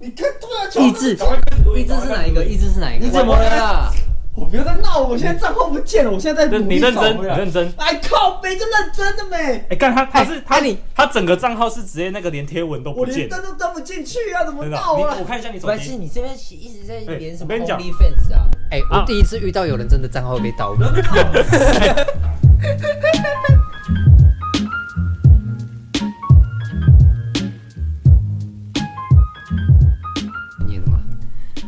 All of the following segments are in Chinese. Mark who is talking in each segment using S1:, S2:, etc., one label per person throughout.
S1: 你看，对啊，
S2: 意志
S1: 赶快开始录
S2: 意
S1: 音
S2: 志是哪一个？意？志是哪一个？
S3: 你怎么了啦？
S1: 我不要再闹了，我现
S2: 嗯
S1: 在账号不见了，我现在在努
S3: 你
S1: 力
S3: 认
S1: 找
S3: 真，
S1: 回
S3: 你
S1: 来。
S3: 认真。
S1: 哎靠北，这认真的没？
S3: 哎，干他他是
S2: 哎
S3: 他
S2: 哎你
S3: 他整个账号是直接那个连贴文都
S1: 我
S3: 不
S1: 连
S3: 见，
S1: 登都登不进去啊，怎么
S3: 真的。
S1: 闹
S3: 你
S1: 啊
S3: 我？看一下你手
S2: 不是
S3: 机，
S2: 你这边一直在连什么
S3: 哎我跟你讲
S2: OnlyFans 啊？哎，
S3: 啊
S2: 我第一次遇到有人真的账号被盗
S1: 人闹了
S2: 你了吗？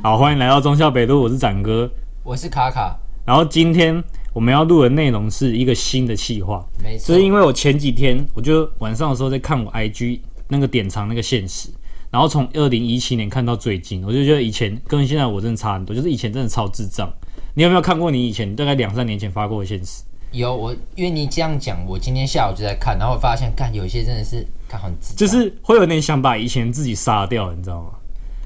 S3: 好，欢迎来到中校北路，我是展哥。
S2: 我是卡卡，
S3: 然后今天我们要录的内容是一个新的企划，
S2: 没错
S3: 就是，因为我前几天，我就晚上的时候在看我 IG 那个典藏那个现实，然后从二零一七年看到最近，我就觉得以前跟现在我真的差很多，就是以前真的超智障。你有没有看过你以前大概两三年前发过的现实？
S2: 有我，因为你这样讲，我今天下午就在看，然后我发现，看有一些真的是看很智障，
S3: 就是会有点想把以前自己杀掉，你知道吗？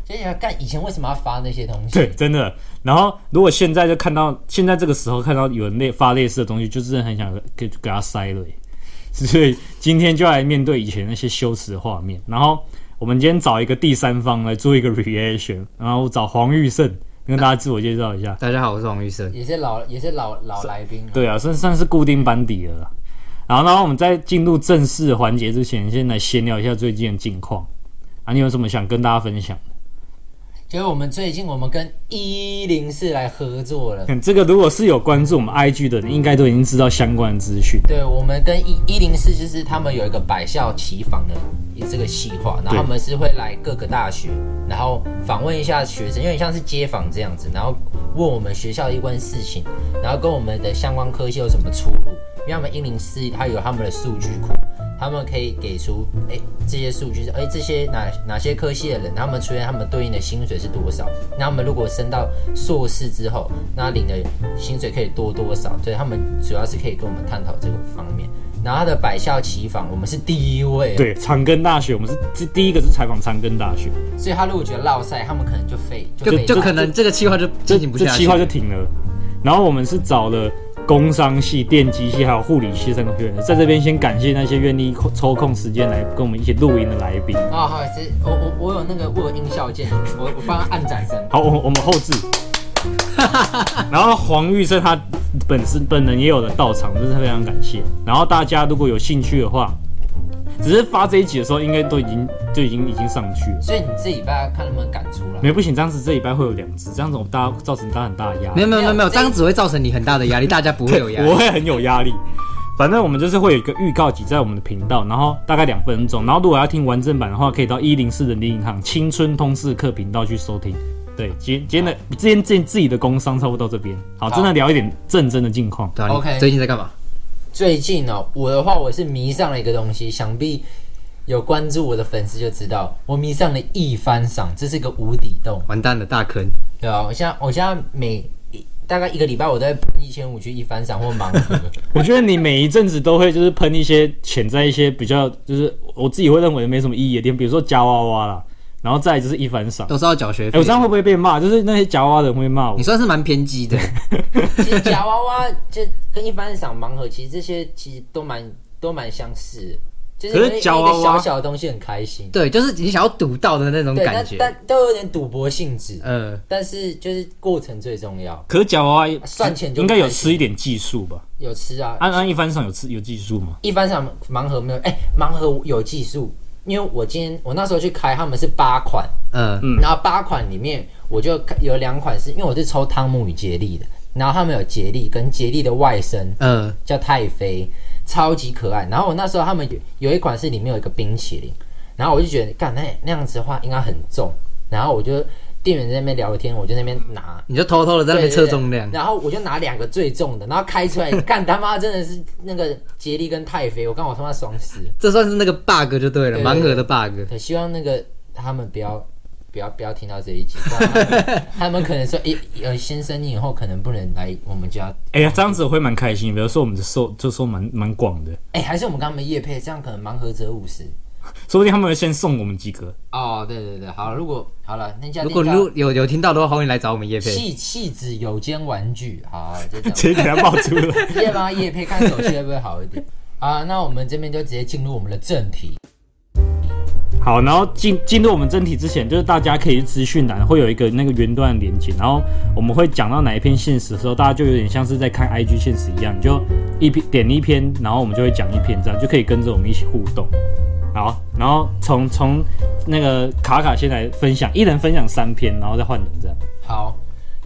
S2: 就是想干以前为什么要发那些东西？
S3: 对，真的。然后如果现在就看到现在这个时候看到有人类发类似的东西，就真的很想给给他塞了耶。 所以今天就来面对以前那些羞耻的画面。然后我们今天找一个第三方来做一个 reaction，然后找黄玉胜跟大家自我介绍一下。
S4: 大家好，我是王玉生。
S2: 也是老也是老老来宾啊，
S3: 对啊，算算是固定班底了啦。然后，然后我们在进入正式环节之前，先来闲聊一下最近的近况啊，你有什么想跟大家分享？
S2: 就是我们最近我们跟一零四来合作了。
S3: 这个如果是有关注我们 IG 的人，应该都已经知道相关的资讯。
S2: 对，我们跟一一零四就是他们有一个百校齐访的这个计划，然后他们是会来各个大学，然后访问一下学生，有点像是街访这样子，然后问我们学校一关事情，然后跟我们的相关科系有什么出入，因为他们一零四它有他们的数据库，他们可以给出哎这些数据是哎这些哪哪些科系的人，他们出现他们对应的薪水是多少，那他们如果升到硕士之后，那领的薪水可以多多少，所以他们主要是可以跟我们探讨这个方面。然后他的百校齐访，我们是第一位，，
S3: 对，长庚大学，我们是这第一个是采访长庚大学，
S2: 所以他如果觉得落赛，他们可能就废，就
S4: 就
S2: 废哦
S4: 就可能这个计划就
S3: 这
S4: 进行不
S3: 这
S4: 下去
S3: 计划就停了。然后我们是找了工商系、电机系还有护理系三个学院，在这边先感谢那些愿意抽空时间来跟我们一起录音的来宾。
S2: 啊、好，是我我我有那个我有音效键，我我帮他按掌声。
S3: 好，我我们后 置。然后黄玉生他本身本人也有的到场，真是非常感谢。然后大家如果有兴趣的话，只是发这一集的时候，应该都已经就已经已经上去了。
S2: 所以你这礼拜看能不能赶出来？
S3: 没不行，这样子这礼拜会有两只，这样子我们大家造成大家很大的压力。
S4: 没有没有没有没有，
S2: 这
S4: 这样子会造成你很大的压力，大家不会有压
S3: 我
S4: 力。
S3: 会很有压力。反正我们就是会有一个预告集在我们的频道，然后大概两分钟。然后如果要听完整版的话，可以到一零四人民银行青春通识课频道去收听。对，今今天的今天自己的工商差不多到这边。好，
S2: 好
S3: 真的聊一点认真的近况。
S4: 对啊你
S2: OK
S4: 最近在干嘛？
S2: 最近哦，我的话我是迷上了一个东西，想必有关注我的粉丝就知道，我迷上了一番赏，这是个无底洞，
S4: 完蛋了，大坑！
S2: 对啊，我现在我现在每一大概一个礼拜我都在一千五去一番赏或盲 盒，
S3: 我觉得你每一阵子都会就是喷一些潜在一些比较就是我自己会认为没什么意义的点，比如说夹娃娃啦，然后再来就是一番赏。
S4: 都是要缴学
S3: 哎、
S4: 费。
S3: 我这样会不会被骂？就是那些夹娃娃的人会骂我
S4: 你。算是蛮 偏激的，
S2: 其实夹娃娃就跟一般赏盲盒，其实这些其实都蛮都蛮相似的，就是
S3: 可是
S2: 因为
S3: 夹娃娃
S2: 一个小小的东西很开心，
S4: 对，就是你想要赌到的那种
S2: 对，
S4: 感
S2: 但
S4: 觉。
S2: 但都有点赌博性质，
S4: 呃，
S2: 但是就是过程最重要，
S3: 可是夹娃娃
S2: 啊算钱就
S3: 应该有
S2: 开心
S3: 吃一点技术吧？
S2: 有吃啊，
S3: 安安一番赏有吃有技术吗？
S2: 一般上盲盒没有，哎、盲盒有技术，因为我今天我那时候去开，他们是八款，
S4: 嗯，
S3: 嗯
S2: 然后八款里面我就看有两款是因为我是抽汤姆与杰利的，然后他们有杰利跟杰利的外甥
S4: 嗯，
S2: 叫太妃，超级可爱。然后我那时候他们有有一款是里面有一个冰淇淋，然后我就觉得干那那样子的话应该很重，然后我就店员在那边聊天，我就在那边拿，
S4: 你就偷偷的在那边测重量
S2: 对对对，然后我就拿两个最重的，然后开 出来，干他妈真的是那个杰力跟太妃，我刚好他妈爽死。
S4: 这算是那个 bug 就对了，
S2: 对对对
S4: 盲盒的 bug。
S2: 对，希望那个他们不要不要不要听到这一集，不然他 们他们可能说，诶、呃，先生，你以后可能不能来我们家，
S3: 哎呀，这样子我会蛮开心。比如说，我们的收就收蛮蛮广的，
S2: 哎、还是我们跟他们夜配，这样可能盲盒只有五十。
S3: 说不定他们会先送我们几个。
S2: 哦，对对对，好，如果好了，那家
S4: 如果
S2: 店
S4: 如
S2: 叫
S4: 有有听到的话，欢迎来找我们叶飞。
S2: 气气质有间玩具，好，就这 样，
S3: 直接给他爆出来。
S2: 直接帮他夜配，看手气会不会好一点。啊，那我们这边就直接进入我们的正题。
S3: 好，然后进进入我们正题之前，就是大家可以去资讯栏会有一个那个云端的连接，然后我们会讲到哪一篇现实的时候，大家就有点像是在看 IG 现实一样，你就一篇点一篇，然后我们就会讲一篇，这样就可以跟着我们一起互动。好，然后从从那个卡卡先来分享，一人分享三篇，然后再换人这样。
S2: 好，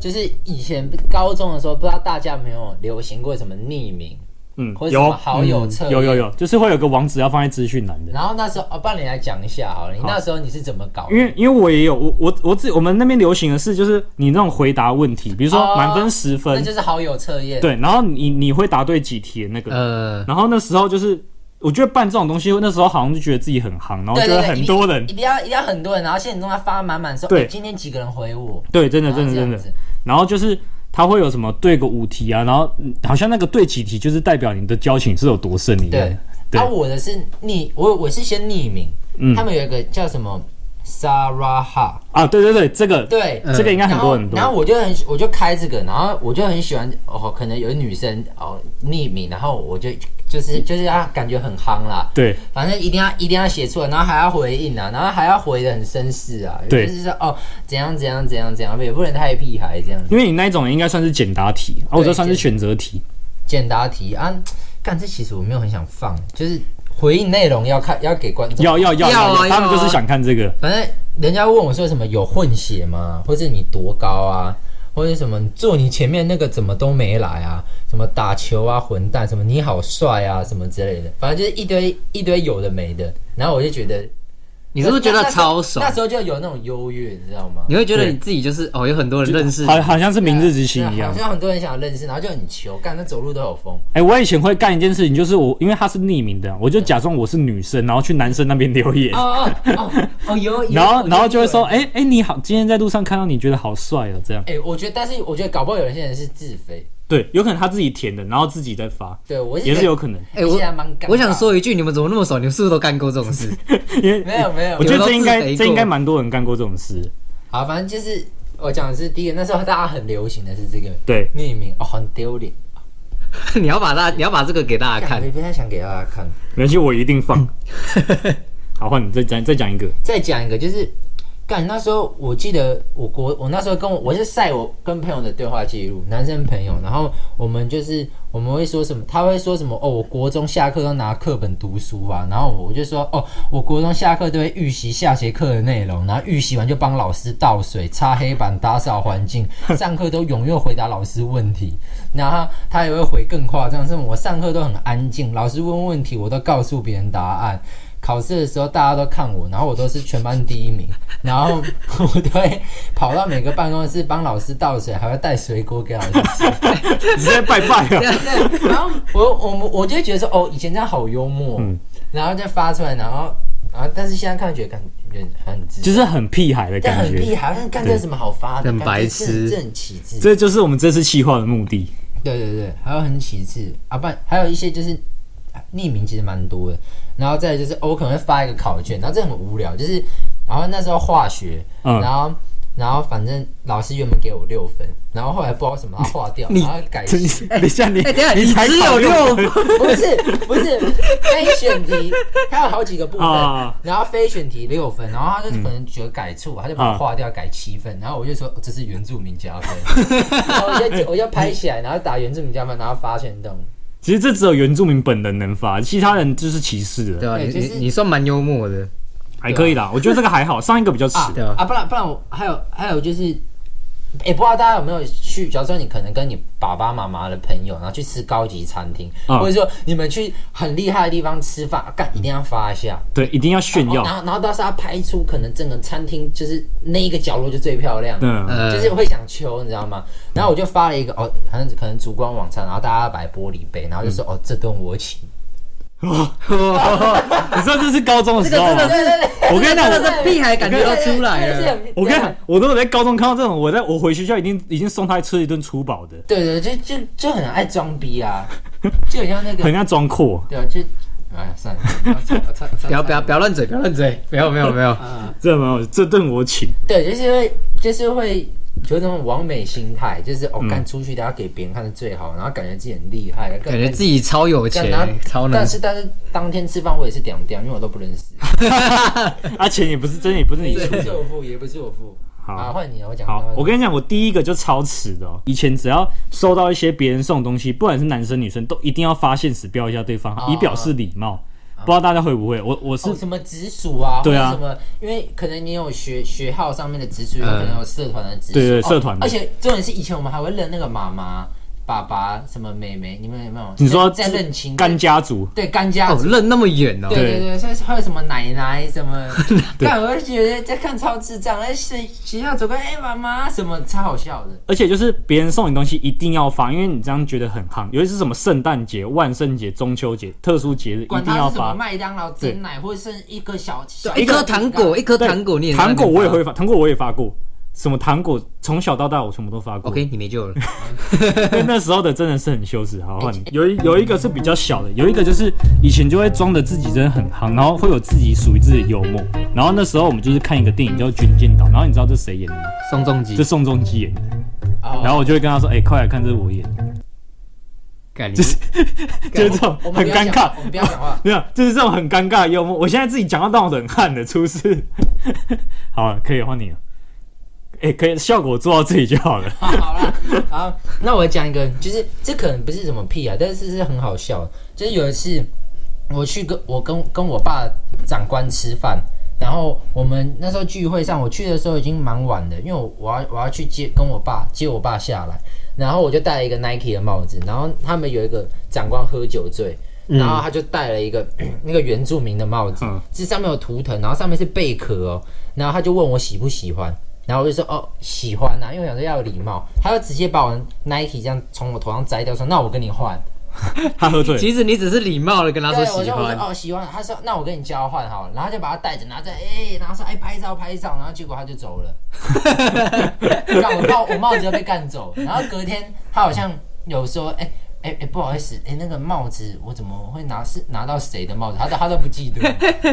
S2: 就是以前高中的时候，不知道大家有没有流行过什么匿名
S3: 嗯
S2: 或，者什么
S3: 有嗯
S2: 好友测、
S3: 有有。有，就是会有个网址要放在资讯栏的。
S2: 然后那时候，哦，帮你来讲一下好了，你那时候你是怎么搞的？
S3: 因为因为我也有我我我自己我们那边流行的是就是你那种回答问题，比如说
S2: 哦
S3: 满分十分，
S2: 那就是好友测验。
S3: 对，然后你你会答对几题的那个，
S4: 呃，
S3: 然后那时候就是我觉得办这种东西，那时候好像就觉得自己很行，然后
S2: 对
S3: 觉
S2: 对
S3: 得
S2: 对
S3: 很多人
S2: 一，定要一定要很多人，然后现实中他发满满说，
S3: 对
S2: 哎今天几个人回我，
S3: 对，真的
S2: 然后
S3: 真的
S2: 这样
S3: 真的
S2: 子，
S3: 然后就是他会有什么对个五题啊，然后嗯好像那个对几题就是代表你的交情是有多深一样
S2: 对，，
S3: 对
S2: 啊，我的是匿，我我是先匿名，
S3: 嗯
S2: 他们有一个叫什么 Saraha，
S3: 啊，对对对，这个
S2: 对，
S4: 嗯
S3: 这个应该很
S2: 然后
S3: 多很多
S2: 然，后我就很我就开这个，然后我就很喜欢哦，可能有女生哦匿名，然后我就就是就是啊，感觉很夯啦。
S3: 对
S2: 反正一定要一定要写出来，然后还要回应啊，然后还要回的很绅士啊，
S3: 对
S2: 就是说哦怎样怎样怎样怎样，也不能太屁孩这样子。
S3: 因为你那一种应该算是简答题，啊，我
S2: 对
S3: 这算是选择题，
S2: 简答题啊，干这其实我没有很想放，就是回应内容要看要给观众。
S3: 要要要
S4: 要啊
S3: 要，他们
S4: 要啊
S3: 就是想看这个，
S2: 反正人家问我说什么有混血吗？或者你多高啊？或者什么你坐你前面那个怎么都没来啊？什么打球啊混蛋？什么你好帅啊？什么之类的，反正就是一堆一堆有的没的。然后我就觉得，
S4: 你是不是觉得超爽
S2: 那？时候就有那种优越，你知道吗？
S4: 你会觉得
S3: 对
S4: 你自己就是哦，有很多人认识，
S3: 好好像是明日之星一样
S2: 啊好。像很多人想认识，然后就很求，干那走路都有风。
S3: 哎、我以前会干一件事情，就是我因为他是匿名的，我就假装我是女生，然后去男生那边留言，
S2: 哦哦哦 哦，有。有
S3: 然后然后就会说，
S2: 有
S3: 哎、哎、你好，今天在路上看到你觉得好帅哦，这样。
S2: 哎、我觉得，但是我觉得搞不好有些人是自肥，
S3: 对，有可能他自己填的，然后自己再发，
S2: 对我
S3: 也是有
S2: 可
S3: 可能，
S2: 能，哎、
S4: 我
S2: 我还蛮尴尬
S4: 我想，说一句，你们怎么那么爽？你们是不是都干过这种 事？
S3: 因为
S2: 没有没有
S3: 我，觉得这应
S4: 有时候自
S3: 该
S4: 肥
S3: 这
S4: 过
S3: 应该蛮多人干过这种事，
S2: 好，反正就是我讲的是第一个，那时候大家很流行的是这个
S3: 对，
S2: 匿名，哦，很丢脸，
S4: 你要把大，你要把这个给大家看
S2: 干我。不太想给大家看。
S3: 没关系，我一定 放。好，换你再讲再讲一个，
S2: 再讲一个，就是干那时候，我记得我国我那时候跟我我是晒我跟朋友的对话记录，男生朋友，然后我们就是我们会说什么，他会说什么哦，我国中下课都拿课本读书啊，然后我就说哦，我国中下课都会预习下节课的内容，然后预习完就帮老师倒水、擦黑板、打扫环境，上课都踊跃回答老师问题，然后他也会回更夸张，是我上课都很安静，老师问问题我都告诉别人答案。考试的时候大家都看我，然后我都是全班第一名，然后 我都会跑到每个办公室帮老师倒水，还会带水果给老师吃。
S3: 你是在拜拜啊？
S2: 对，然后我我们我就会觉得说，哦，以前这样好幽默，然后再发出来，然后然后但是现在看觉得感觉很自
S3: 就是很屁孩的
S2: 这
S3: 感
S2: 很厉
S3: 觉，
S2: 害，但干这有什么好发的？
S4: 很
S2: 干
S4: 白
S2: 这
S4: 痴
S2: 这很旗帜。
S3: 这就是我们这次企划的目的。
S2: 对对对，还有很旗帜啊，不然，还有一些就是啊匿名，其实蛮多的。然后再来就是、哦我可能会发一个考卷，然后这很无聊，就是然后那时候化学，
S3: 嗯
S2: 然后然后反正老师原本给我六分，然后后来不知道为什么他划 掉，然后改
S3: 这等一下你，
S4: 哎等一下
S3: 你
S4: 你
S3: 才
S4: 只
S3: 考
S4: 有
S3: 六
S4: 六
S3: 分
S2: 不是不是非选题，它有好几个部分，
S3: 啊
S2: 然后非选题六分，然后他就可能觉得改错，他就
S3: 嗯
S2: 把它划掉改七分，然后我就说、哦这是原住民加分，然后我就我就拍起来，然后打原住民加分，然后发现动。
S3: 其实这只有原住民本人能发，其他人就是歧视
S4: 对啊
S3: 了，
S4: 吧？
S2: 对
S4: 你
S2: 就
S4: 你
S2: 是
S4: 你算蛮幽默的，
S3: 还可以啦。我觉得这个还好，上一个比较迟
S2: 啊。
S4: 对吧
S2: 啊，不然不然我还有还有就是，也、不知道大家有没有去，假如说你可能跟你爸爸妈妈的朋友，然后去吃高级餐厅，
S3: 嗯
S2: 或者说你们去很厉害的地方吃饭，啊干、一定要发一下。
S3: 对，一定要炫耀
S2: 然。
S4: 哦
S2: 后，然后到时候他拍出可能整个餐厅就是那一个角落就最漂亮，
S3: 嗯，
S4: 呃，
S2: 就是会想求，你知道吗？然后我就发了一个哦，好像可能烛光晚餐，然后大家摆玻璃杯，然后就
S3: 嗯
S2: 说、哦，这顿我请。
S3: 你知道这是高中的
S4: 这
S3: 时
S4: 个
S3: 候
S4: 真
S3: 吗
S4: 的？是，
S3: 我跟你讲
S4: 这个真的是屁孩感觉要出来
S2: 对
S4: 了。，
S3: 我跟你讲
S2: 看，，
S3: 我如果在高中看到这种，我在我回学校已经已经送他吃一顿粗饱的，
S2: 对对，就就就很爱装逼啊，就很像那 个
S3: 很像装阔。
S2: 对啊，就哎呀， 算了，不
S4: 不要不要不要乱啊嘴，不要乱嘴，没有没有没有，
S3: 这蛮好，这顿我请。
S2: 对，就是会就是会就那种完美心态，就是哦，
S3: 嗯
S2: 干出去，大家给别人看是最好，然后感觉自己很厉害，
S4: 感觉自己超有
S2: 干
S4: 钱
S2: 然后，
S4: 超能
S2: 但。是但是当天吃饭我也是屌屌，因为我都不认识，
S3: 啊，钱也不是真的，也不是你出
S2: 不
S3: 的
S2: 是。 我付， 也不是我付。
S3: 好
S2: 啊，换你了，我讲。
S3: 好，我跟你讲，我第一个就超迟的、哦。以前只要收到一些别人送的东西，不管是男生女生，都一定要发现时标一下对方，
S2: 哦
S3: 以表示礼貌。不知道大家会不会？我我是、
S2: 哦、什么直属啊，
S3: 对啊
S2: 或者什么，因为可能你有学学号上面的直属，有
S4: 嗯
S2: 可能有社团的直属，
S3: 对对
S2: 哦
S3: 社团的
S2: 而且重点是以前我们还会认那个妈妈、爸爸、什么妹妹，你们有没有？
S3: 你说
S2: 在在认亲
S3: 干家族，
S2: 对干家
S4: 哦，
S2: 族。
S4: 认那么远哦
S2: 对，对对，像是还有什么奶奶什 么，但我就觉得在看超智障，而且学校走过哎妈妈什么超好笑的，
S3: 而且就是别人送你东西一定要发，因为你这样觉得很夯。尤其是什么圣诞节、万圣节、中秋节、特殊节日，一
S2: 管
S3: 定
S2: 它
S3: 要
S2: 是什么
S3: 发。
S2: 麦当劳
S3: 对
S2: 真奶或者剩一个小小
S4: 一颗糖果，一颗
S3: 对
S4: 糖果你也
S3: 糖果我也会发，糖果我也发过。什么糖果，从小到大我全部都发过。
S4: ，OK，你没救了。
S3: 因为那时候的真的是很羞耻。好，
S2: 哎
S3: 换你。有一有一个是比较小的，有一个就是以前就会装的自己真的很夯，然后会有自己属于自己的幽默。然后那时候我们就是看一个电影叫《军舰岛》，然后你知道这谁演的吗？
S4: 宋仲
S3: 这
S4: 基，
S3: 宋仲基演的。
S2: 哦
S3: 然后我就会跟他说：“哎、快来看，这是我演的。
S4: 干你就是”
S3: 就是这种
S2: 我们
S3: 很
S2: 不要
S3: 尴
S2: 讲
S3: 尬
S2: 话，我们不要讲话，
S3: 没有，就是这种很尴尬的幽默。我现在自己讲到让我冷汗的出事。好了，可以换你了。哎、可以，效果做到这里就 好了。
S2: 好啦，好，那我讲一个，就是这可能不是什么屁啊，但是是很好笑。就是有一次，我去跟我跟跟我爸长官吃饭，然后我们那时候聚会上，我去的时候已经蛮晚的，因为我我要我要去接跟我爸接我爸下来，然后我就戴了一个 Nike 的帽子，然后他们有一个长官喝酒醉。然后他就戴了一个那个原住民的帽子
S3: 嗯，
S2: 这上面有图腾，然后上面是贝壳哦。然后他就问我喜不喜欢，然后我就说哦喜欢呐、因为我想说要有礼貌。他就直接把我 Nike 这样从我头上摘掉，说那我跟你换。
S3: 他喝醉了，
S4: 其实你只是礼貌的跟他
S2: 对，
S4: 说
S2: 我
S4: 喜
S2: 说我
S4: 欢
S2: 说，哦喜欢，他说那我跟你交换好了，然后就把他带着，然后再哎，然后说哎拍照拍照，然后结果他就走了，干我帽我帽子就被干走，然后隔天他好像有说哎。哎哎，不好意思，哎，那个帽子我怎么会拿是拿到谁的帽子？他都他都不记得，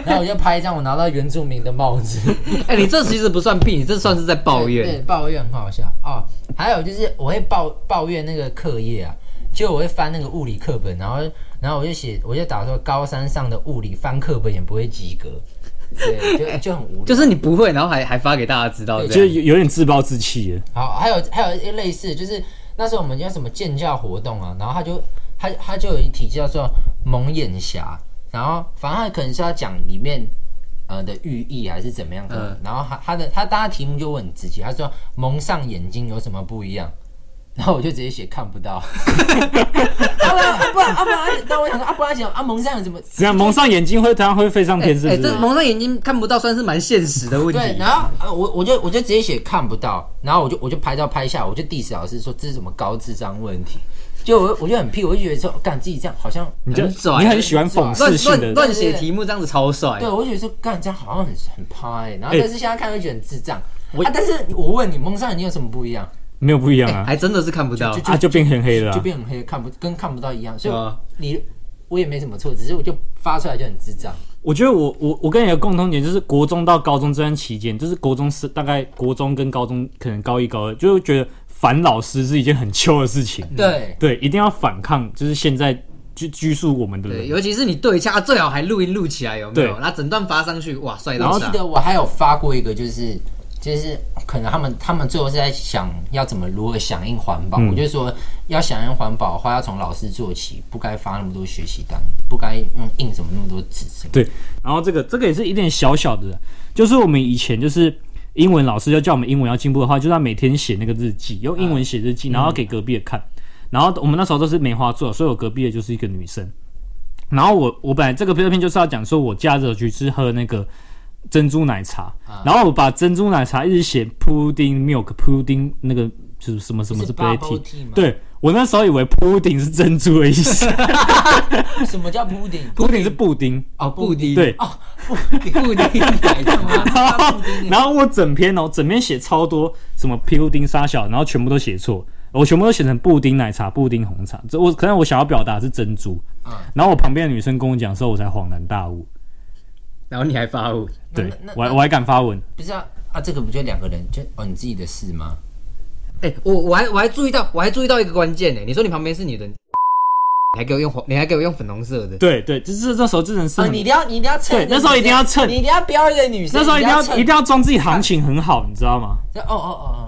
S2: 然后我就拍一张我拿到原住民的帽子，
S4: 哎，你这其实不算病，你这算是在抱
S2: 对，
S4: 怨
S2: 对。抱怨很好笑哦。还有就是我会抱抱怨那个课业啊，就我会翻那个物理课本，然后然后我就写，我就打说高三上的物理翻课本也不会及格，对，就就很无聊。
S4: 就是你不会，然后还还发给大家知道，
S3: 我觉
S4: 这
S3: 得
S4: 样
S3: 有有点自暴自弃了。
S2: 好，还有还有一类似，就是那时候我们叫什么建教活动啊，然后他就他他就有一题叫做蒙眼侠，然后反正他可能是要讲里面呃的寓意还是怎么样，可能
S4: 嗯
S2: 然后他他的他当时题目就问直接，他说蒙上眼睛有什么不一样？然后我就直接写看不到， 啊不然啊不然啊不然，但我想说啊不然讲啊蒙上有什么？
S3: 这样蒙上眼睛会，他会飞上天，是不
S4: 哎，
S3: 是？
S4: 这蒙上眼睛看不到，算是蛮现实的问
S2: 对，
S4: 题。
S2: 然后呃，我我就我就直接写看不到，然后我就我就拍照拍下来，我就 diss 老师说这是什么高智障问题，就我我就很屁，我就觉得说干自己这样好像，
S3: 你就
S4: 很拽
S3: 你很喜欢讽
S4: 乱
S3: 刺性
S4: 乱
S3: 的，
S4: 乱写题目这样子超帅
S2: 对，我就觉得说干这样好像很很趴哎、然后
S3: 哎
S2: 但是现在看会觉得很智障、啊，但是我问你蒙上眼睛有什么不一样，
S3: 没有不一样啊，
S4: 还真的是看不到
S2: 就。就
S3: 啊就变很黑了啊
S2: 就。变很黑，看不跟看不到一样，所以
S4: 啊
S2: 你我也没什么错，只是我就发出来就很智障，
S3: 我觉得我我我跟你的共同点就是国中到高中这段期间，就是国中是大概国中跟高中可能高一高二，就会觉得烦老师是一件很糗的事情。
S2: 对。
S3: 对，一定要反抗，就是现在拘拘束我们的
S4: 对，
S3: 人。
S4: 尤其是你对掐，最好还录音录起来，有没有？
S3: 对
S4: 那整段发上去，哇，帅
S2: 我
S4: 到
S2: 记
S3: 啊
S4: 炸！
S2: 得我还有发过一个，就是就是可能他们他们最后是在想要怎么如何响应环
S3: 嗯
S2: 保。我就说要响应环保的话，要从老师做起，不该发那么多学习单，不该用印什么那么多纸什么。
S3: 对，然后这个这个也是一点小小的，就是我们以前就是英文老师要叫我们英文要进步的话，就是要每天写那个日记，用英文写日记，然后给隔壁的看。然后我们那时候都是梅花座，所以我隔壁的就是一个女生。然后我我本来这个片片就是要讲说我假日有去吃喝那个珍珠奶茶，然后我把珍珠奶茶一直写 pudding milk pudding 那个就是什么什么
S2: 是
S3: b l a
S2: bubble tea 吗
S3: 对我那时候以为 pudding 是珍珠的意思
S2: 什么叫 pudding？
S3: ，pudding 是布丁，
S4: 哦，布丁，
S3: 对，
S2: 哦，布丁，布丁奶干嘛？
S3: 然
S2: 他
S3: 后
S2: 布丁，
S3: 然后我整篇哦，整篇写超多什么布丁沙小，然后全部都写错，我全部都写成布丁奶茶、布丁红茶。这我可能我想要表达是珍珠，
S2: 嗯
S3: 然后我旁边的女生跟我讲的时候，我才恍然大悟，
S4: 然后你还发物，
S3: 对
S2: 那那
S3: 我还我还敢发文，
S2: 不是啊啊，这个不就两个人就哦你自己的事吗？
S4: 哎、我我还我还注意到，我还注意到一个关键呢、你说你旁边是你的，你 还给我用黄，你还给我用粉红色的，
S3: 对对，就是这时候真的是
S2: 哦，
S3: 很
S2: 你一定要，你一定要蹭，
S3: 嗯对那时候一定要蹭
S2: 你一定要标一个女生，
S3: 那时候一定要
S2: 蹭
S3: 一定要装自己行情很好，你知道吗？
S2: 哦哦哦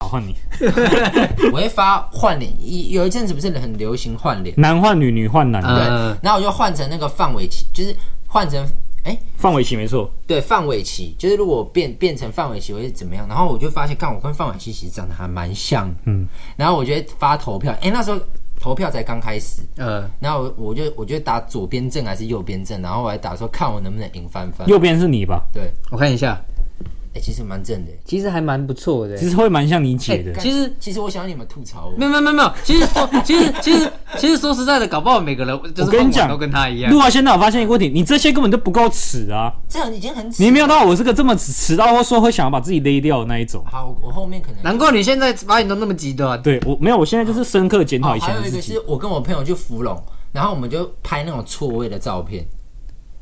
S3: 好，换你，
S2: 哦， 我会发换脸，一有一阵子不是很流行换脸，
S3: 男换女，女换男，
S4: 嗯
S2: 对，然后我就换成那个范玮琪，就是换成哎、
S3: 范玮琪没错，
S2: 对范玮琪，就是如果变变成范玮琪，我会怎么样？然后我就发现，看我跟范玮琪其实长得还蛮像，嗯，然后我就会发投票，哎、那时候投票才刚开始，
S4: 呃，
S2: 然后我我就我就打左边正还是右边正，然后我还打说看我能不能赢翻翻。
S3: 右边是你吧？
S2: 对，
S4: 我看一下，
S2: 哎、其实蛮正的。
S4: 其实还蛮不错的、哎
S3: 其实会蛮像你姐的，
S4: 其实
S2: 其实我想要你们吐槽
S4: 没
S2: 我，
S4: 有没有没有没有，其实说其实其实其实说实在的，搞不好每个人就是
S3: 我跟你
S4: 梦想
S3: 讲
S4: 都跟他一样
S3: 录。到现在我发现一个问题，你这些根本就不够耻啊！
S2: 这样已经很
S3: 你没有到我是个这么迟迟到，或说会想要把自己勒掉的那一种。
S2: 好，我后面可能
S4: 难怪你现在发言都那么极端。
S3: 对我没有，我现在就是深刻检讨
S2: 哦
S3: 以前
S2: 还有
S3: 的
S2: 一
S3: 自
S2: 个
S3: 己。
S2: 是我跟我朋友去芙蓉，然后我们就拍那种错位的照片，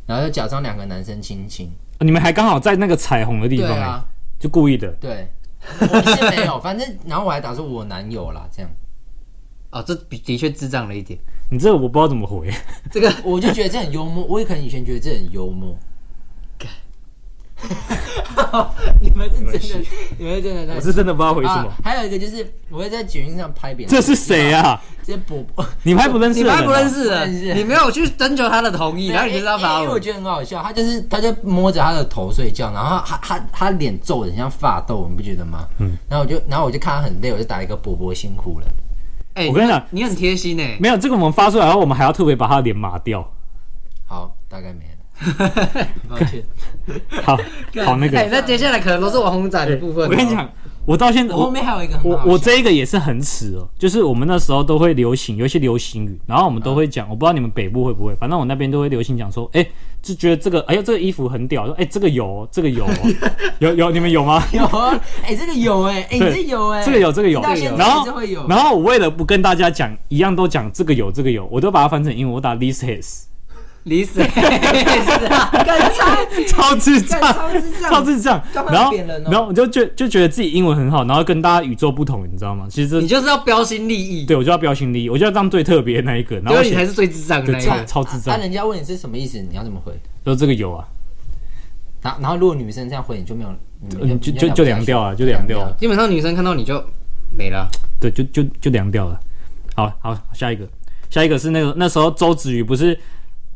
S2: 然后就假装两个男生亲亲。
S3: 哦你们还刚好在那个彩虹的地
S2: 对
S3: 方、
S2: 啊，
S3: 就故意的。
S2: 对，我是没有，反正然后我还打说我男友啦，这样
S4: 哦，这的的确智障了一点。
S3: 你这个我不知道怎么回，
S4: 这
S3: 啊
S4: 个
S2: 我就觉得这很幽默。我也可能以前觉得这很幽默。 你们是真的，你们是真的在。
S3: 我是真的不知道回什么。
S2: 啊还有一个就是，我会在捷运上拍别人。
S3: 这是谁？啊？
S2: 这不，
S3: 你们还不认识、
S4: 你
S3: 的人啊
S4: 还不认识
S2: 不认识
S4: 的，你没有去征求他的同意，然后你就知道
S2: 因为
S4: 发
S2: 因为我
S4: 文。
S2: 觉得很好笑，他就是他就摸着他的头睡觉，然后他他他他脸皱的很像发豆，你不觉得吗？嗯。然后我就然后我就看他很累，我就打一个伯伯辛苦了。
S4: 哎
S3: 我跟你讲
S4: 你很贴心呢。欸
S3: 没有这个我们发出来后，我们还要特别把他的脸码掉。
S2: 好，大概没了。 抱歉，
S3: 好，好那
S4: 哎，
S3: 个，
S4: 那接下来可能都是网红仔的部分。哦
S3: 我跟你，讲，我到现在
S2: 我后面还有一个很好
S3: 我
S2: 笑
S3: 我这一个也是很耻哦，就是我们那时候都会流行，有一些流行语，然后我们
S2: 嗯
S3: 都会讲，我不知道你们北部会不会，反正我那边都会流行讲说，哎、就觉得这个，哎呦这个衣服很屌，说哎、这个有哦，这个有哦， 有有你们有吗？
S2: 有啊，哎、这个有哎、哎、你
S3: 对
S2: 这有哎、
S3: 这个有这个有，
S2: 到现在
S3: 然
S2: 还是
S3: 后
S2: 会有
S3: 然后我为了不跟大家讲一样都讲这个有这个有，我都把它翻成英文，我打 this is，
S4: 李死。
S2: 干超
S3: 超智障，
S2: 干超智障，
S3: 超智障。
S2: 干嘛
S3: 然后
S2: 扁人哦
S3: 然后我就觉就觉得自己英文很好，然后跟大家与众不同，你知道吗？其实
S4: 你就是要标新立异，
S3: 对我就要标新立异，我就要当最特别的那一个，然
S4: 结
S3: 后
S4: 果
S3: 我
S4: 你
S3: 写
S4: 才是最智障的那一
S3: 对
S4: 个。
S3: 超智障
S2: 那、啊人家问你是什么意思，你要怎么回？
S3: 说这个有啊，
S2: 然后然后如果女生这样回，你就没有，
S3: 嗯，就就就凉掉了，就凉掉啊了，。
S4: 基本上女生看到你就没了。
S3: 对，就就就凉掉了。好好，下一个，下一个是那个那时候周子瑜不是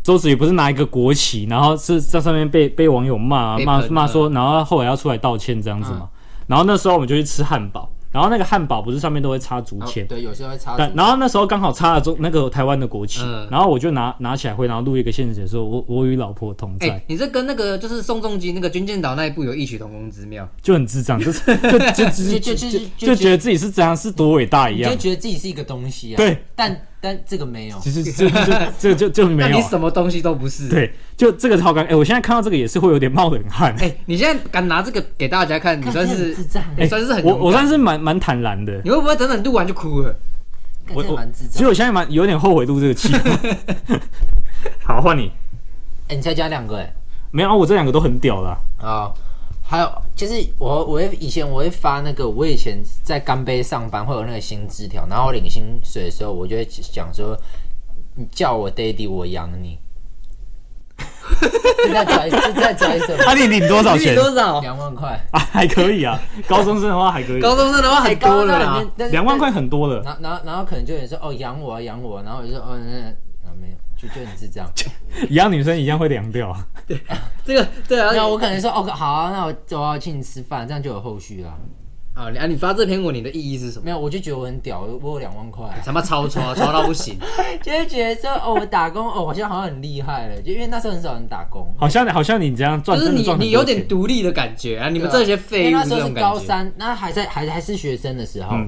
S3: 周子瑜不是拿一个国旗，然后是在上面被被网友骂啊
S4: 被
S3: 骂
S4: 喷啊
S3: 骂说，然后后来要出来道歉这样子嘛。然后那时候我们就去吃汉堡，然后那个汉堡不是上面都会插竹
S2: 然后
S3: 签。
S2: 哦对，有些会插
S3: 但
S2: 足。
S3: 然后那时候刚好插了中那个台湾的国旗，
S4: 嗯
S3: 然后我就拿拿起来会，然后录一个现实说，我我与老婆同在，
S4: 哎，你这跟那个就是宋仲基那个《军舰岛》那一部有异曲同工之妙。
S3: 就很智障，就是就就就
S2: 就
S3: 就
S2: 就
S3: 就
S2: 就就
S3: 就觉得自己是怎样是多伟大一
S2: 你
S3: 样
S2: 就，觉得自己是一个东西啊，
S3: 对，
S2: 但但这个没有，
S3: 其实就就就就就没
S4: 那
S3: 有
S4: 你
S3: 啊、
S4: 什么东西都不是。
S3: 对，就这个超尴尬。哎、我现在看到这个也是会有点冒冷汗。
S4: 哎、你现在敢拿这个给大家看，你
S2: 看
S4: 算
S2: 这
S4: 是
S2: 很智障欸
S4: 你算是很
S3: 哎我
S4: 勇
S3: 我
S4: 敢
S3: 算是蛮蛮坦然的。
S4: 你会不会等等录完就哭了？
S2: 干
S3: 我
S2: 这
S3: 我
S2: 蛮智
S3: 其实
S2: 障。
S3: 我现在蛮有点后悔录这个期。 好，换你。
S2: 哎、你才加两个哎、
S3: 没有，啊我这两个都很屌 啦。
S2: 啊、还有就是我我会以前我会发那个，我以前在干杯上班会有那个薪资条，然后我领薪水的时候，我就会讲说，你叫我 daddy，我养你。是在拽是在拽什么？
S3: 啊， 你领多少
S4: 你
S3: 钱？
S4: 多少？
S2: 两万块，
S3: 啊，还可以啊。高中生的话还可以，
S4: 高中生的话很多了
S2: 哎高到
S4: 啦
S2: 里。面但是
S3: 两万块很多了。
S2: 然后然后然后可能就有人说哦养我啊养我啊，然后我就说哦那那啊没有，就就你是这样。
S3: 一样女生一样会凉掉啊。
S4: 这个对啊，
S2: 那我可能说哦好啊，那我我要请你吃饭，这样就有后续啦。
S4: 啊，你啊，你发这篇文你的意义是什么？
S2: 没有，我就觉得我很屌，我我有两万块 啊、
S4: 他妈超超超到不行，
S2: 就会觉得说哦我打工哦好像好像很厉害了，就因为那时候很少人打工。
S3: 好像好像你这样
S4: 就
S3: 赚，
S4: 是
S3: 真的
S4: 你
S3: 赚很多
S4: 你有点
S3: 钱
S4: 独立的感觉啊！你们这些废
S2: 因为
S4: 物
S2: 那时
S4: 这
S2: 候是
S4: 种感
S2: 高
S4: 觉。
S2: 三，那还在还还是学生的时候，
S3: 嗯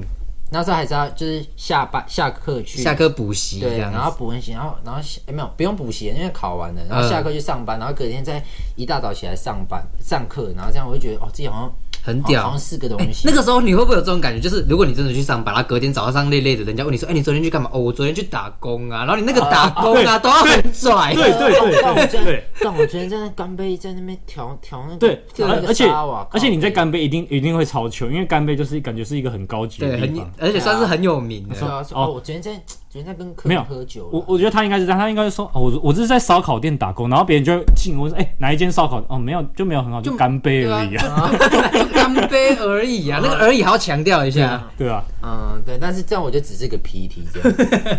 S2: 那时候还是要就是下班下课去
S4: 下课补习这
S2: 对，
S4: 样
S2: 然
S4: 子，
S2: 后补完习，然后然后下、哎没有不用补习，因为考完了，
S4: 嗯
S2: 然后下课去上班，然后隔天再一大早起来上班上课，然后这样我就觉得哦自己好像
S4: 很
S2: 好
S4: 屌哎
S2: 像。是个东西。
S4: 那个时候你会不会有这种感觉？就是如果你真的去上班，然后隔天早上累累的，人家问你说：“哎、你昨天去干嘛？”哦，我昨天去打工啊。然后你那个打工
S3: 对
S4: 啊，都要很 拽。
S3: 对对
S2: 但我昨
S3: 对对
S2: 天
S3: 对，
S2: 但我昨天在那干杯，在那边调调那个，
S3: 对，
S2: 调那
S3: 而
S2: 个
S3: 而且
S2: 沙瓦
S3: 而且你在
S2: 靠
S3: 干杯一定一定会超球，因为干杯就是感觉是一个很高级的
S4: 对，
S3: 地
S4: 很
S3: 方。
S4: 而且算是很有名
S2: 北对
S4: 的。
S2: 啊，说
S3: 哦
S2: 哦，我昨天在昨天在跟客
S3: 没
S2: 人
S3: 有
S2: 喝酒啦，
S3: 我我觉得他应该是这样，他应该是说，哦、我我这是在烧烤店打工，然后别人就会进我说，哎、哪一间烧烤？哦，没有，就没有很好，就干杯而已啊，
S4: 就干杯而已啊，那个而已还要强调一下。
S3: 对啊，
S2: 嗯，对，但是这样我就只是个 PT 这样。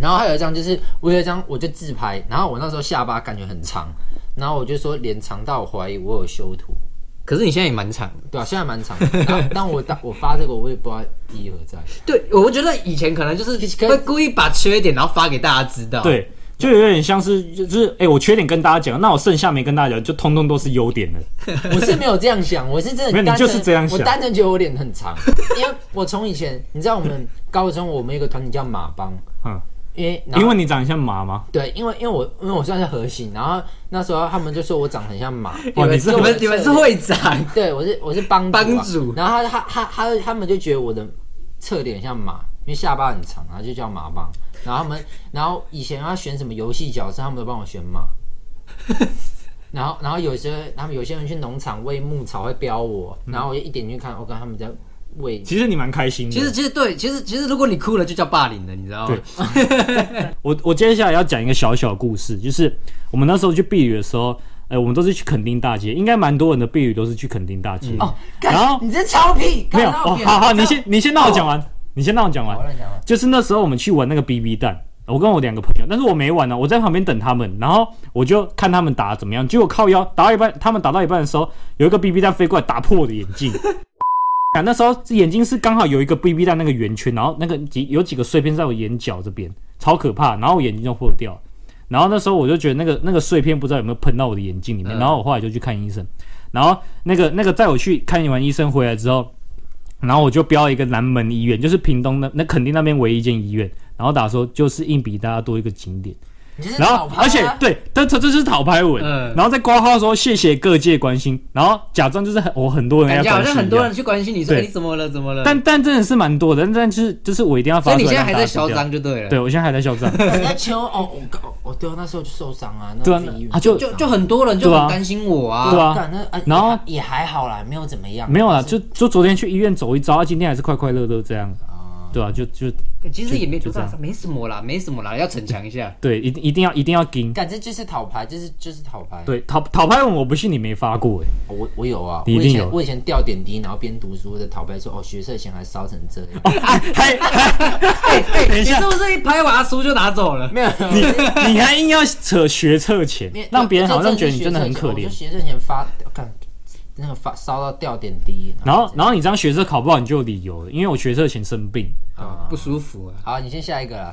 S2: 然后还有一张就是我有一张我就自拍，然后我那时候下巴感觉很长，然后我就说脸长到我怀疑我有修图，
S4: 可是你现在也蛮长的。
S2: 对啊，现在蛮长的。但但我当我发这个我也不知道意义何在。
S4: 对，我觉得以前可能就是会故意把缺点然后发给大家知道。，
S3: 对，就有点像是就是，哎、我缺点跟大家讲，那我剩下没跟大家讲，就通通都是优点了。
S2: 我是没有这样想，我是真
S3: 没
S2: 的
S3: 有你
S2: 单纯，
S3: 就是这样想
S2: 我单纯觉得我脸很长，因为我从以前，你知道我们高中我们有一个团体叫马帮，
S3: 嗯，
S2: 因为然后
S3: 因为你长得像马吗？
S2: 对，因为因为我因为我算是核心，然后那时候他们就说我长得很像马，
S3: 哇
S2: 因为
S3: 哦你是
S2: 就
S4: 你
S2: 我
S4: 们
S2: 的
S4: 你们
S2: 侧
S4: 是
S2: 脸
S4: 会 长，
S2: 对，我是我是帮啊
S4: 帮主
S2: 然后他他他他他们就觉得我的侧脸像马，因为下巴很长，然后就叫马帮。然后他们，然后以前要选什么游戏角色，他们都帮我选马。然后，然后有些他们有些人去农场喂牧草会标我，然后我就一点进去看，我、看他们在喂。
S3: 其实你蛮开心的。
S4: 其实其实对，其实其实如果你哭了就叫霸凌了，你知道吗？
S3: 我我接下来要讲一个小小故事，就是我们那时候去避雨的时候，哎、我们都是去垦丁大街，应该蛮多人的避雨都是去垦丁大街。哦，
S2: 干
S3: 然后
S2: 你这超屁，
S3: 没有
S2: 干到
S3: 哦，
S2: 我
S3: 好好，你先你先让我讲完，你先让我讲完
S2: 好。乱讲话
S3: 就是那时候我们去玩那个 BB 弹，我跟我两个朋友，但是我没玩呢、我在旁边等他们，然后我就看他们打怎么样，结果靠腰打到一半，他们打到一半的时候，有一个 BB 弹飞过来打破我的眼镜。啊，那时候眼睛是刚好有一个 BB 弹那个圆圈，然后那个几有几个碎片在我眼角这边，超可怕，然后我眼睛就破掉了。然后那时候我就觉得那个那个碎片不知道有没有喷到我的眼睛里面，
S4: 嗯
S3: 然后我后来就去看医生，然后那个那个在我去看完医生回来之后，然后我就标一个南门医院，就是屏东那那垦丁那边唯一一间医院，然后打说就是硬比大家多一个景点，
S2: 你就是
S3: 然
S2: 老
S3: 后
S2: 趴啊
S3: 而且对，这这这是讨拍文，
S4: 嗯
S3: 然后在挂号的时候谢谢各界关心，然后假装就是很我很多人
S4: 感
S3: 要
S4: 觉好
S3: 关心
S4: 像
S3: 一样
S4: 很多人，去关心你说，哎，
S3: 对
S4: 你怎么了？怎么了？
S3: 但但真的是蛮多的，但但就是就是我一定要
S4: 所
S3: 发
S4: 以
S3: 出
S4: 你
S3: 来
S4: 现在
S3: 让
S4: 还
S3: 大
S4: 在
S3: 家知道，
S4: 嚣张就对了。
S3: 对我现在还在嚣张，
S2: 你在求哦，我哦哦对啊，那时候就受伤啊，那
S3: 对啊
S2: 去医院
S3: 啊就
S4: 就就很多人就
S3: 对啊
S4: 很担心我啊。
S3: 对啊
S2: 干那啊
S3: 然后
S2: 也也还好啦，没有怎么样，
S3: 没有啦，
S2: 就是
S3: 就就昨天去医院走一遭，啊今天还是快快乐乐这样，对啊，就就
S4: 其实也没
S3: 就
S4: 多
S3: 就这
S4: 少，
S3: 样
S4: 没什么啦，没什么啦，要逞强一下。
S3: 对，一定一定要一定要盯，
S2: 感觉就是讨牌，就是就是讨牌。，
S3: 对讨讨拍文我不信你没发过哎、
S2: 我我有啊，
S3: 你一
S2: 我以
S3: 定
S2: 前
S3: 有
S2: 我以前掉点滴，然后边读书在讨牌说哦，学色钱还烧成这样，
S3: 哦还
S4: 啊哎哎，
S3: 等一
S4: 你
S3: 下
S4: 是不是一拍完书就拿走 了？
S2: 没有，
S3: 你你还硬要扯学测前
S2: 没有，
S3: 让别人
S2: 这
S3: 好像觉
S2: 这
S3: 得你真的很可
S2: 我
S3: 怜
S2: 就。学色钱发干那个发烧到掉点滴，
S3: 然后，然后你这样学测考不好，你就有理由了，因为我学测前生病。
S4: 啊，不舒服啊。
S2: 好，你先下一个啦。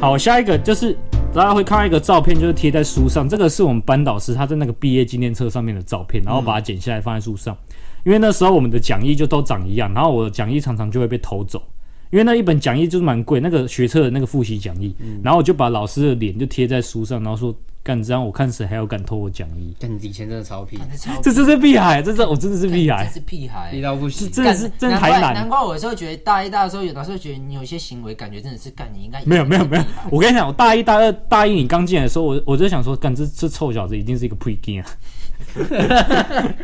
S3: 好，下一个就是大家会看到一个照片，就是贴在书上，这个是我们班导师他在那个毕业纪念册上面的照
S2: 嗯
S3: 片，然后把它剪下来放在书上。因为那时候我们的讲义就都长一样，然后我的讲义常常就会被偷走，因为那一本讲义就是蛮贵，那个学测的那个复习讲义，
S2: 嗯
S3: 然后我就把老师的脸就贴在书上，然后说干这样，我看谁还有敢偷我讲 义。
S4: 但你以前真的超屁，
S3: 哎
S2: 干这超
S3: 这真是屁孩，这这我真的是屁孩
S2: 这。是屁孩
S4: 屁。到不行。
S3: 真的是
S2: 干
S3: 真的
S2: 难
S3: 台
S2: 怪
S3: 南
S2: 难怪我有时候觉得大一、大二的时候，有的时候觉得你有些行为感觉真的是干，你应该
S3: 没有没有没有
S2: 屁孩，
S3: 我跟你讲，我大一、大二、大一你刚进来的时候，我我就想说，干这这臭小子一定是一个 pre g a 啊！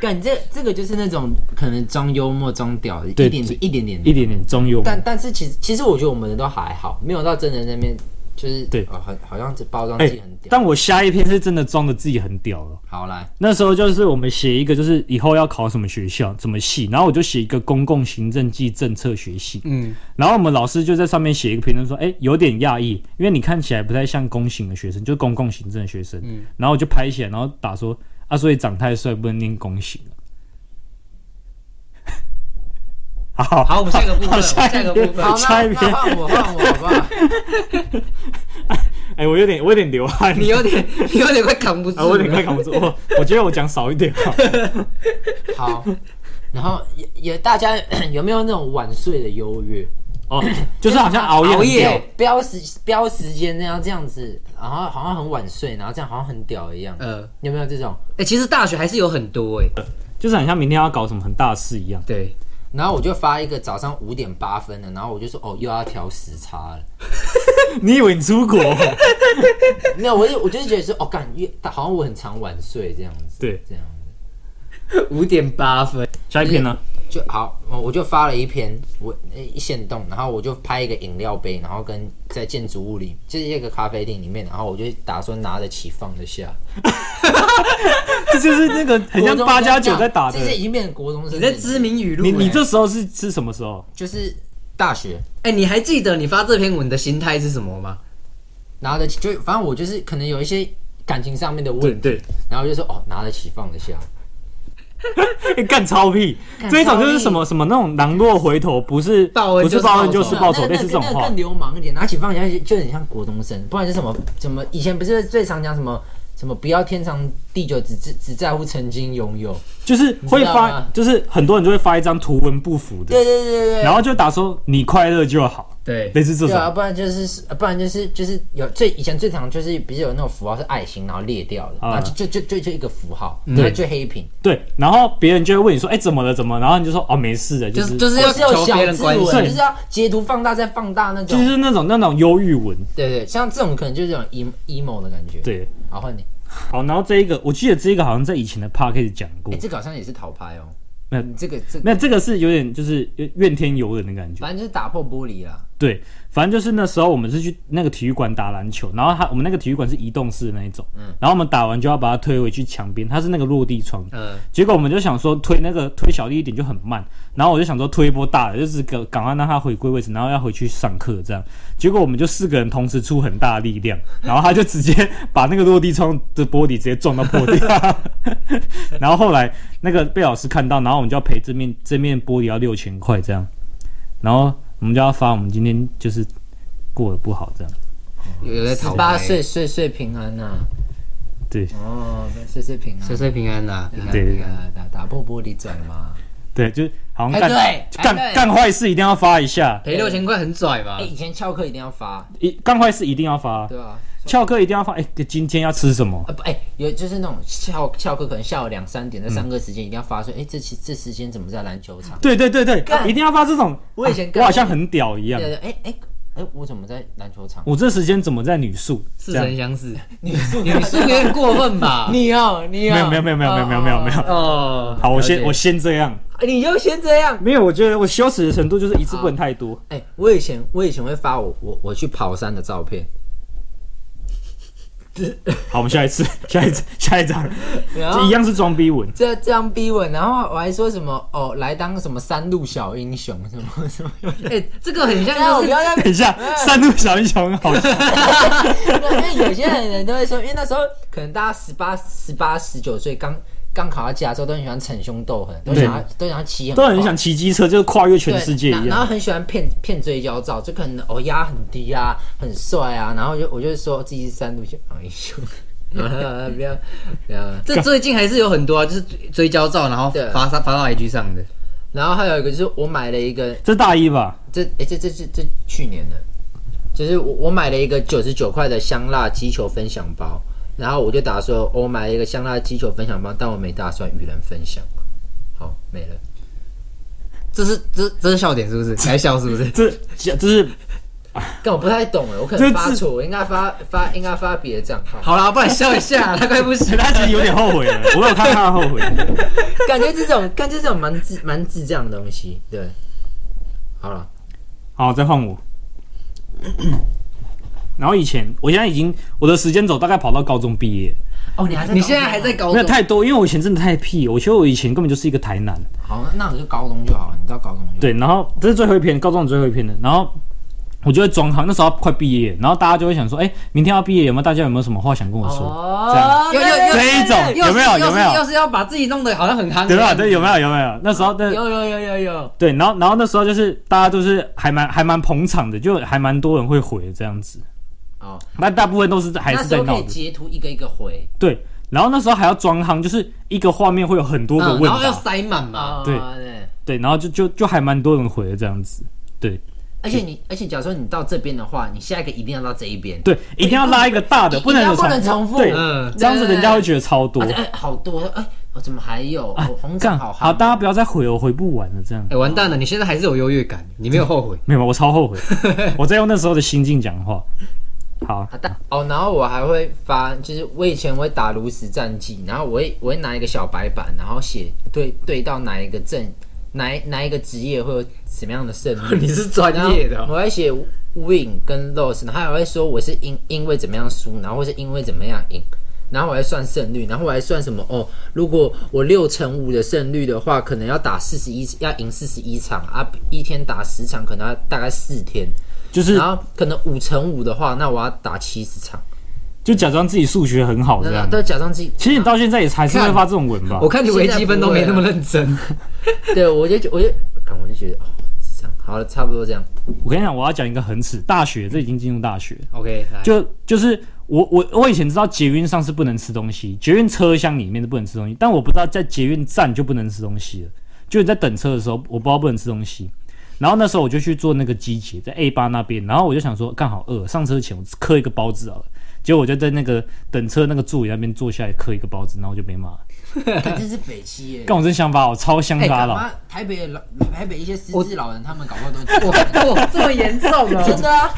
S2: 感这这个就是那种可能装幽默装屌，一
S3: 对
S2: 点一点点
S3: 一点点中庸。啊
S2: 但但是其实其实我觉得我们的都还好，没有到真的那边就是
S3: 对
S2: 呃很好像这包装
S3: 哎、
S2: 自己很屌。
S3: 但我下一篇是真的装的自己很屌了。
S2: 好来，
S3: 那时候就是我们写一个，就是以后要考什么学校、什么系，然后我就写一个公共行政暨政策学系。
S4: 嗯，
S3: 然后我们老师就在上面写一个评论说，哎、有点讶异，因为你看起来不太像公行的学生，就是公共行政的学生。
S4: 嗯
S3: 然后我就拍起来，然后打说，啊，所以长太帅不能念公行啊。 好，
S4: 好，我们下一个部分，
S3: 好
S4: 我们
S3: 下
S4: 下一个部分
S3: 好。
S2: 好
S3: 下
S2: 那那
S3: 一篇
S2: 换我换我好不好？
S3: 哎、我有点我有点流汗，
S4: 你有点，你有点快扛不 住
S3: 啊，我有点快
S4: 了。
S3: 扛 不住，我我觉得我讲少一点 好。
S2: 好，然后也也大家有没有那种晚睡的优越？
S3: 哦，就是好像熬夜
S4: 熬
S3: 很
S4: 夜
S3: 屌，
S2: 标时标时间那样这样子，然后好像很晚睡，然后这样好像很屌一样。
S3: 嗯
S4: 呃，
S2: 有没有这种？
S4: 哎、其实大学还是有很多哎、
S3: 就是很像明天要搞什么很大的事一样。
S4: 对，
S2: 然后我就发一个早上五点八分的，然后我就说哦又要调时差了。
S3: 你以为你出国？
S2: 没有，我就我就是觉得说哦感觉好像我很常晚睡这样子。
S3: 对
S2: 这样
S4: 五点八分，
S3: 下一篇呢？
S2: 就好，我我就发了一篇我呃一线动，然后我就拍一个饮料杯，然后跟在建筑物里，就是一个咖啡厅里面，然后我就打算拿得起放得下，
S3: 这就是那个很像
S2: 国中
S3: 八加
S2: 生这
S3: 九
S2: 样
S3: 在打的
S2: 这。是已经变成国中生。
S4: 你在知名语录、
S3: 你
S4: 欸。
S3: 你这时候是是什么时候？
S2: 就是大学
S4: 哎、你还记得你发这篇文的心态是什么吗？
S2: 拿得起，就反正我就是可能有一些感情上面的问题，
S3: 对，
S2: 然后我就说哦拿得起放得下，
S3: 欸 干超屁！这一种就是什么什么那种狼若回头，不是
S4: 报恩
S3: 不
S4: 就是是报
S3: 报恩
S4: 仇
S3: 就是
S2: 那
S3: 报仇，
S2: 那
S3: 类似这种
S2: 那个
S3: 话
S2: 更。流氓一点，拿起放下就很像国中生，不然是什么什么以前不是最常讲什么什么不要天长地久，只只只在乎曾经拥有。
S3: 就是会
S2: 你知道
S3: 发
S2: 吗，
S3: 就是很多人就会发一张图文不符的
S2: 对，对对对对。
S3: 然后就打说你快乐就好，
S4: 对，
S3: 类似这
S2: 对啊，
S3: 种。
S2: 不然就是不然就是就是有最以前最常就是比如有那种符号是爱心，然后裂掉的，
S3: 啊
S2: 然后就就就就就一个符号，
S4: 嗯
S2: 然后就黑屏。
S3: 对，然后别人就会问你说，哎，怎么了？怎么了？然后你就说，哦，没事的，就
S4: 就
S3: 是是
S4: 就是
S2: 或
S4: 要
S2: 是有
S4: 求别
S2: 小
S4: 人
S2: 字
S4: 关
S2: 文，
S3: 对
S2: 就
S4: 心。
S2: 是要截图放大再放大那
S3: 就
S2: 种。
S3: 是那种那种忧郁文。
S2: 对对，像这种可能就是有种 emo emo 的感觉。，
S3: 对，
S2: 好换你。
S3: 好，然后这一个，我记得这一个好像在以前的 p a r k 讲过
S2: 哎，，这个好像也是讨拍哦。
S3: 没有
S2: 你这个这个
S3: 没有，这个是有点就是怨天尤人的感觉。
S2: 反正就是打破玻璃啦。
S3: 对，反正就是那时候我们是去那个体育馆打篮球，然后他我们那个体育馆是移动式的那一种，然后我们打完就要把它推回去墙边，它是那个落地窗，
S4: 嗯，
S3: 结果我们就想说推那个推小弟一点就很慢，然后我就想说推一波大的，就是赶赶快让他回归位置，然后要回去上课这样，结果我们就四个人同时出很大的力量，然后他就直接把那个落地窗的玻璃直接撞到破掉， 然后后来那个被老师看到，然后我们就要赔这面这面玻璃要六千块这样，然后我们就要发我们今天就是过得不好这样，
S4: 有有在
S2: 十
S4: 讨
S2: 八
S4: 拍
S2: 岁，岁岁平安呐、
S3: 对
S2: 哦，岁岁平安，
S4: 岁岁平安啦、平安
S3: 对
S4: 平安。
S2: 啊，打打破玻璃转嘛。
S3: 对，就是好
S2: 哎
S3: 像干、
S2: 对哎
S3: 干
S2: 对
S3: 干坏事一定要发一下，
S4: 赔六千块很拽吧
S2: 哎、？以前翘课一定要发，
S3: 一干坏事一定要发。
S2: 对吧、
S3: 翘课一定要发，哎、今天要吃什么？
S2: 啊不，哎、有就是那种翘翘课，可能下午两三点，在上课时间一定要发说，哎、这期这时间怎么在篮球场？
S3: 对对对对，
S2: 干
S3: 一定要发这种。
S2: 我以前
S3: 啊
S2: 干
S3: 我好像很屌一样
S2: 对，对，哎哎哎，我怎么在篮球场？
S3: 我这时间怎么在女宿？
S4: 似
S3: 这样
S4: 曾相识，
S2: 你是
S4: 你是不是有点过 分吧？
S2: 你要你
S3: 没
S2: 要
S3: 有没有没有没有没有没有没有没有。
S4: 哦，
S3: 好，我
S4: 了解
S3: 先我先这样。
S2: 有，哦你就先这样。
S3: 没有，我觉得我羞耻的程度就是一次不能太多。
S2: 哎、我以前我以前会发我我我去跑山的照片，
S3: 好，我们下一次，下一次，下一张，
S2: 然
S3: 这
S2: 后
S3: 一样是装逼文。
S2: 这这样逼问，然后我还说什么哦，来当什么山路小英雄什么什么，
S4: 哎、这个很像
S2: 然后我
S4: 就
S2: 不
S4: 是
S2: 要让
S3: 等一下，三路小英雄好笑。
S2: 因为有些人都会说，因为那时候可能大家十八、十八、十九岁刚刚考到驾照，都很喜欢逞凶斗狠，都想要都想要骑很
S3: 都
S2: 快，
S3: 很想骑机车，就是跨越全世界
S2: 对然
S3: 一
S2: 后然后
S3: 样。
S2: 很喜欢骗骗追焦照，就可能哦压很低啊，很帅啊，然后就我就说自己是三路小英雄，啊 不要不要。
S4: 这最近还是有很多啊，就是追追焦照，然后
S2: 对
S4: 发上发到 IG 上的。
S2: 然后还有一个就是我买了一个，
S3: 这大一吧？
S2: 这哎这这这这去年的，就是我我买了一个九十九块的香辣鸡球分享包，然后我就打说，我买了一个香辣鸡球分享包，但我没打算与人分享。好，没了。
S4: 这是这这是笑点是不 是？还笑是不是？
S3: 这这是
S2: 但我不太懂了，欸我可
S3: 这
S2: 能发
S3: 是
S2: 错，我应该发发应该发别的账号。
S4: 好啦，不然笑一下，他快不 行了。
S3: 他其实有点后悔了，我有看他后悔。
S2: 感觉这种感觉这种蛮智蛮智障的东西，对。好了，
S3: 好，再换我。然后以前，我现在已经我的时间走大概跑到高中毕业，
S2: 哦，你还
S4: 你现在还在高
S3: 没有
S4: 中？
S3: 太多，因为我以前真的太屁，我觉得我以前根本就是一个台南。
S2: 好，那我就高中就好了，你到高中就好。
S3: 对，然后这是最后一篇，高中的最后一篇了。然后我就会装好，那时候快毕业，然后大家就会想说，哎，明天要毕业，有没有大家有没有什么话想跟我说？这样。
S2: 哦
S4: 又又又
S3: 这一种
S4: 又是
S3: 有没有
S4: 又
S3: 有
S4: 是
S3: 没有
S4: 又是要把自己弄得好像很夯，
S3: 对吧？对，有没有有没有？那时候的
S2: 有有有有有，
S3: 对，然后然后那时候就是大家都是还蛮还蛮捧场的，就还蛮多人会回这样子。
S2: 哦，
S3: 那大部分都是还
S2: 那
S3: 是
S2: 时
S3: 在
S2: 候可
S3: 闹
S2: 以
S3: 的，
S2: 截图一个一个回。
S3: 对。然后那时候还要装夯，就是一个画面会有很多个
S4: 嗯，
S3: 问
S4: 然后
S3: 答，
S4: 要塞满嘛，
S2: 啊，
S3: 对
S2: 对，
S3: 对，然后就就就还蛮多人回的这样子，对。
S2: 而且你，而且假如说你到这边的话，你下一个一定要到这一边。
S3: 对，一定要拉一个大的，
S2: 一
S3: 不能有
S2: 一定要不能重复
S3: 对
S4: 嗯，
S3: 这样子人家会觉得超多
S2: 啊，这。哎、好多哎、我怎么还有？
S3: 啊
S2: 哦红
S3: 这
S2: 掌
S3: 样
S2: 好
S3: 好，
S2: 汉
S3: 大家不要再回，我回不完了。这样
S4: 哎、完蛋了！你现在还是有优越感，你没有后悔。
S3: 没有，我 超后悔，我在用那时候的心境讲话。好，
S2: 啊，但哦，然后我还会发，就是我以前会打炉石战记，然后我会我会拿一个小白板，然后写对对到哪一个阵，哪一哪一个职业会有什么样的胜率。
S4: 你是专
S2: 然后
S4: 业的哦、
S2: 我会写 win 跟 loss，然后还会说我是因因为怎么样输，然后或是因为怎么样赢，然后我还算胜率，然后我还算什么哦，如果我六乘五的胜率的话，可能要打四十一，要赢四十一场啊，一天打十场，可能要大概四天，
S3: 就是
S2: 然后可能五乘五的话，那我要打七十场，
S3: 就假装自己数学很哦好这
S2: 那
S3: 样。
S2: 都假装自己。
S3: 其实你到现在也还是会发这种文吧
S4: 我？看你微积分都没那么认真。
S2: 对我就觉我就，看我就觉得哦，是这样好了，差不多这 样。
S3: 我跟你讲，我要讲一个很耻，大学这已经进入大学了，
S4: OK，来
S3: 就就是我我我以前知道捷运上是不能吃东西，捷运车厢里面是不能吃东西，但我不知道在捷运站就不能吃东西了。就你在等车的时候，我不知道不能吃东西。然后那时候我就去做那个机姐，在 A 八那边，然后我就想说，刚好饿，上车前我嗑一个包子好了。结果我就在那个等车那个座椅那边坐下来嗑一个包子，然后我就被骂了。
S2: 看哎这是北七耶。
S3: 干我真想法，我超乡
S2: 哎
S3: 巴佬。
S2: 干嘛台北的老台北一些失智老人，他们搞不好都
S4: 我 我这么严 重啊！
S2: 真的啊，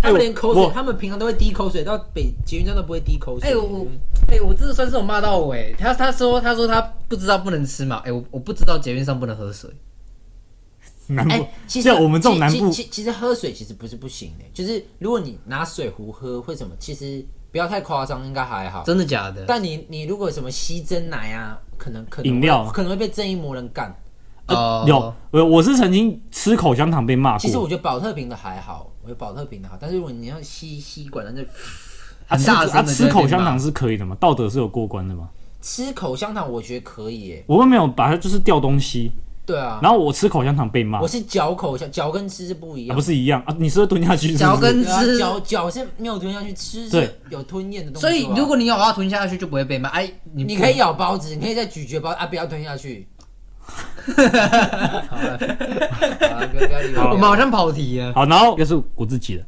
S2: 他们连口
S3: 哎我
S2: 水，他们平常都会滴口水，到北捷运站都不会滴口水。
S4: 哎、我我
S3: 嗯
S4: 哎、我真的算是我骂到我哎、他他说他说他不知道不能吃嘛，哎、我我不知道捷运上不能喝水，
S3: 南部，
S2: 哎、其实
S3: 像我们这种南部
S2: 其其其其实喝水其实不是不行的，就是如果你拿水壶喝或什么，其实不要太夸张，应该还好。
S4: 真的假的？
S2: 但你你如果什么吸真奶啊，可能可能
S3: 饮料
S2: 会可能会被正义魔人干。
S4: 哦
S3: 有，我我是曾经吃口香糖被骂过。
S2: 其实我觉得保特瓶的还好，我觉得保特瓶的好，但是如果你要吸吸管，那就
S3: 啊
S4: 很
S3: 吃
S4: 大
S3: 啊
S4: 声的
S3: 吃口香糖是可以的嘛？道德是有过关的嘛？
S2: 吃口香糖，我觉得可以耶。
S3: 我们没有把它就是掉东西，
S2: 对啊，
S3: 然后我吃口香糖被骂，
S2: 我是嚼口香，嚼跟吃是不一
S3: 啊
S2: 样
S3: 不
S2: 的。
S3: 是一样啊？你是会吞下去是不是？
S4: 嚼跟
S2: 对啊
S4: 吃，
S2: 嚼嚼是没有吞下去，吃是
S3: 对
S2: 有吞咽的动作
S4: 所
S2: 啊、
S4: 以如果你咬它吞下去就不会被骂。哎、你
S2: 你
S4: 你
S2: 可以咬包子，你可以再咀嚼包子啊，不要吞下 去。好了，好了不要不要理
S4: 我
S2: 我
S4: 们。好像跑题啊了。
S3: 好，然后这是我自己的。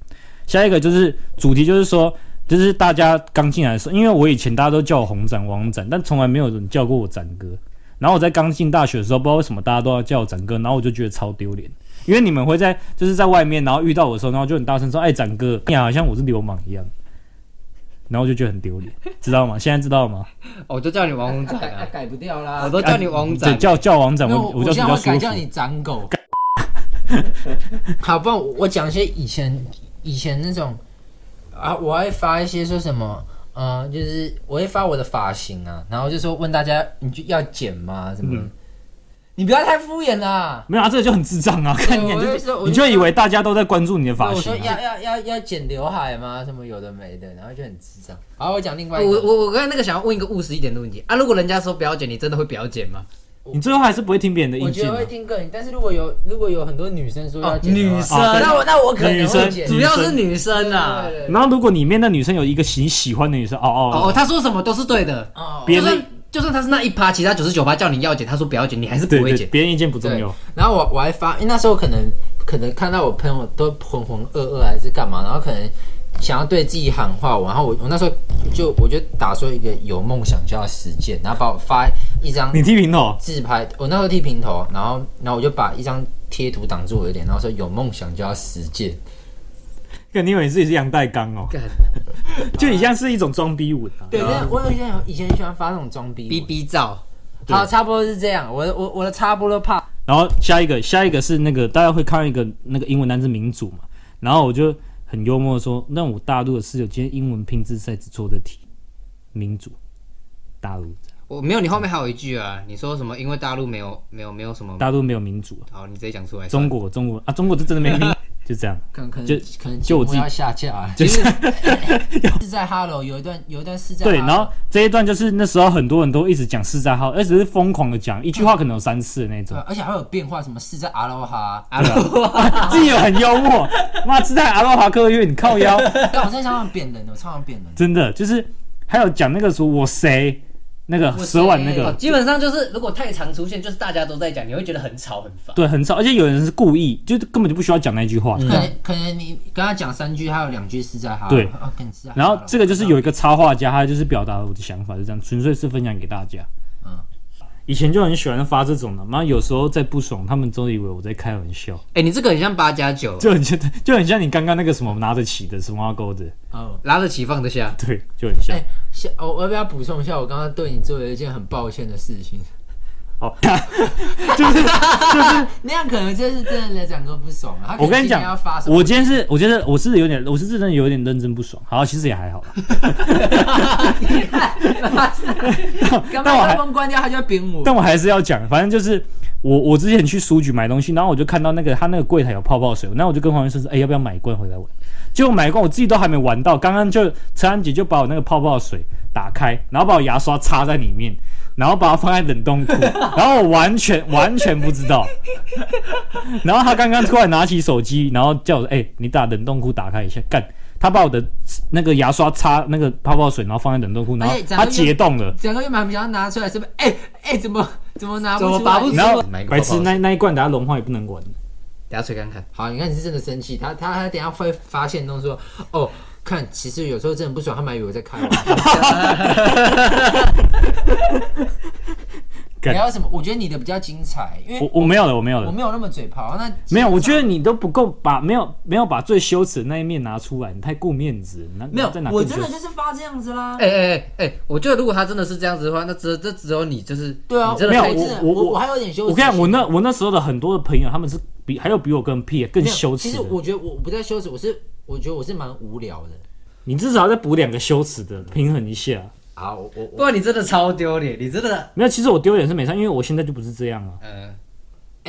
S3: 下一个就是主题，就是说，就是大家刚进来的时候，因为我以前大家都叫我红展、王展，但从来没有人叫过我展哥。然后我在刚进大学的时候，不知道为什么大家都要叫我展哥，然后我就觉得超丢脸，因为你们会在就是在外面，然后遇到我的时候，然后就很大声说：“哎，展哥，你好像我是流氓一样。”然后我就觉得很丢脸，知道吗？现在知道吗？
S4: 哦我就叫你王仔
S2: 改 啊
S4: 啊，
S2: 改不掉啦。
S4: 我都叫你王仔
S3: 啊对，。叫叫王展，
S2: 没有
S3: 我
S2: 我
S3: 叫
S2: 现
S3: 比
S2: 在
S3: 较
S2: 会
S3: 舒
S2: 改叫
S3: 服。
S2: 你长狗。好，不然我讲一些以前以前那种啊，我还发一些说什么。呃，就是我会发我的发型啊，然后就说问大家，你就要剪吗？什么的？你不要太敷衍啦、
S3: 没有啊，这个就很智障啊！看你
S2: 我就说
S3: 就
S2: 我
S3: 你
S2: 就
S3: 就以为大家都在关注你的发
S2: 我
S3: 型
S2: 说
S3: 啊、
S2: 要要要要剪刘海吗？什么有的没的，然后就很智障。好，我讲另外
S4: 哎我
S2: 一个，
S4: 我我刚才那个想要问一个务实一点的问题啊，如果人家说不要剪，你真的会不要剪吗？
S3: 你最后还是不会听别人的
S2: 我
S3: 意
S2: 觉
S3: 见、
S2: 得
S3: 啊
S2: 会。听个人，但是如果有如果有很多女生说要剪的话、
S4: 哦女生
S3: 啊对
S2: 那我那我可能
S3: 女
S2: 会
S3: 生
S2: 剪。
S4: 主要是女生啊。
S2: 对对对
S3: 然后如果里面的女生有一个你喜欢的女生，哦
S4: 哦，
S3: 哦
S4: 哦他说什么都是对的，
S2: 哦，
S3: 别
S4: 就
S3: 人
S4: 算就算他是那一趴，其他九十九趴叫你要剪，他说不要剪，你还是不
S3: 对
S4: 会
S3: 对，
S4: 剪。
S3: 别人意见不重
S2: 对
S3: 要。。
S2: 然后我我还发，因为那时候可能可能看到我朋友都浑浑噩噩还是干嘛，然后可能想要对自己喊话，我然后我我那时候就我就打说一个有梦想就要实践，然后把我发一张
S3: 你剃哦平头，
S2: 自拍，我那时候剃平头，然后然后我就把一张贴图挡住我的脸，然后说有梦想就要实践。
S3: 看你以为自己是杨代刚哦，
S4: 干
S3: 就你像是一种装逼文啊。
S2: 对，但是我以前以前喜欢发那种装逼文。
S4: 逼逼照，
S2: 好，差不多是这样。我的我我的差不多怕
S3: 然后下一个，下一个是那个大家会看到一个那个英文单字民主嘛，然后我就很幽默的说，那我大陆的室友今天英文拼字赛只做这题，民主，大陆
S4: 我没有，你后面还有一句啊，你说什么？因为大陆没有没有没有什么。
S3: 大陆没有民主啊，
S4: 好，你直接讲出来。
S3: 中国中国啊，中国这真的没民，就这样。
S2: 可能可能
S3: 就
S2: 可能
S3: 就我自
S2: 节
S3: 己
S2: 目要下架啊了。
S3: 就是
S2: 是在 Hello 有一段有一段是在
S3: 对，
S2: 哈
S3: 然
S2: 喽
S3: 后这一段就是那时候很多人都一直讲四在号，而且是疯狂的讲，一句话可能有三次的那种
S2: 对，，而且还会有变化，什么是在阿罗哈？
S4: 啊，我
S3: 自己有很幽默。 妈，是在阿洛华客运靠腰，
S2: 啊但我真的超想扁人的，我超想扁人的。
S3: 真的就是还有讲那个说我谁，那个蛇丸那
S4: 哦
S3: 个，
S4: 基本上就是如果太常出现，就是大家都在讲，你会觉得很吵很烦。
S3: 对，很少，而且有人是故意，就是根本就不需要讲那句话。
S2: 可能可能你跟他讲三句，还有两句是在哈
S3: 对
S2: 啊，可能是在哈
S3: 然后这个就是有一个插画家，他就是表达了我的想法，就这样，纯粹是分享给大家。
S2: 嗯
S3: 以前就很喜欢发这种的，然后有时候在不爽，他们都以为我在开玩笑，
S4: 哎，你这个很像八加九，
S3: 就很像，就很像你刚刚那个什么拿得起的什么挂钩的，
S2: 哦。
S4: 拉得起放得下。
S3: 对，就很像
S2: 哎。下哦我要不要补充一下？我刚刚对你做了一件很抱歉的事情，
S3: 哦，就是
S2: 那样可能就是真的来讲都不爽了。他可能
S3: 我跟
S2: 今
S3: 你
S2: 天
S3: 讲
S2: 要发，什么
S3: 我今天是，我觉得我是有点，我是真的有点认真不爽。好，其实也还好啦，
S2: 你看， 刚把
S3: 但我
S2: 麦
S3: 还
S2: 克风关掉，他就要扁我。
S3: 但我还是要讲，反正就是我我之前去书局买东西，然后我就看到那个他那个柜台有泡泡水，那我就跟黄医生说，哎、要不要买一罐回来玩？结果买一罐，我自己都还没玩到，刚刚就陈安姐就把我那个泡泡水打开，然后把我牙刷插在里面，然后把它放在冷冻库，然后我完全完全不知道。然后他刚刚突然拿起手机，然后叫我说，哎、你打冷冻库打开一下，干。他把我的那个牙刷插那个泡泡水，然后放在冷冻库，然后
S2: 哎咱
S3: 它
S2: 们
S3: 解冻了，
S2: 整个月买不想要拿出来，是不是？哎、哎、怎么怎么拿不
S4: 怎
S2: 出来？
S4: 么拔不出
S3: 然后
S4: 买一个
S3: 白
S4: 泡
S3: 痴
S4: 泡水
S3: 那那一罐等它融化也不能玩。
S4: 等下吹看 看。
S2: 好，你看你是真的生气，他他他等一下会发现东西说，哦，看其实有时候真的不爽，他们还以为我在开玩笑。
S4: 哎
S3: 干
S2: 你还有什么？我觉得你的比较精彩，因为
S3: 我我没有了，我没有
S2: 我
S3: 了，
S2: 没有那么嘴炮。那
S3: 没有。我觉得你都不够把没有没有把最羞耻的那一面拿出来，你太顾面子。那
S2: 没有
S3: 在哪？，
S2: 我真的就是发这样子啦。
S4: 哎哎哎哎，我觉得如果他真的是这样子的话，那只这只有你就是
S2: 对啊
S4: 你真
S3: 没
S4: 的
S3: 有
S4: 太
S2: 我
S3: 我
S2: 真的
S3: 我
S2: 我我还有点羞耻
S3: 我跟你讲，我那我那时候的很多的朋友，他们是比还有比我更屁更
S2: 没有
S3: 羞耻
S2: 其实
S3: 的。
S2: 我觉得我不在羞耻，我是我觉得我是蛮无聊的。
S3: 你至少再补两个羞耻的，平衡一下。
S2: 好，我我
S4: 不
S2: 我
S4: 然你真的超丢脸，你真的
S3: 没有，其实我丢脸是没上，因为我现在就不是这样了。啊
S4: 呃，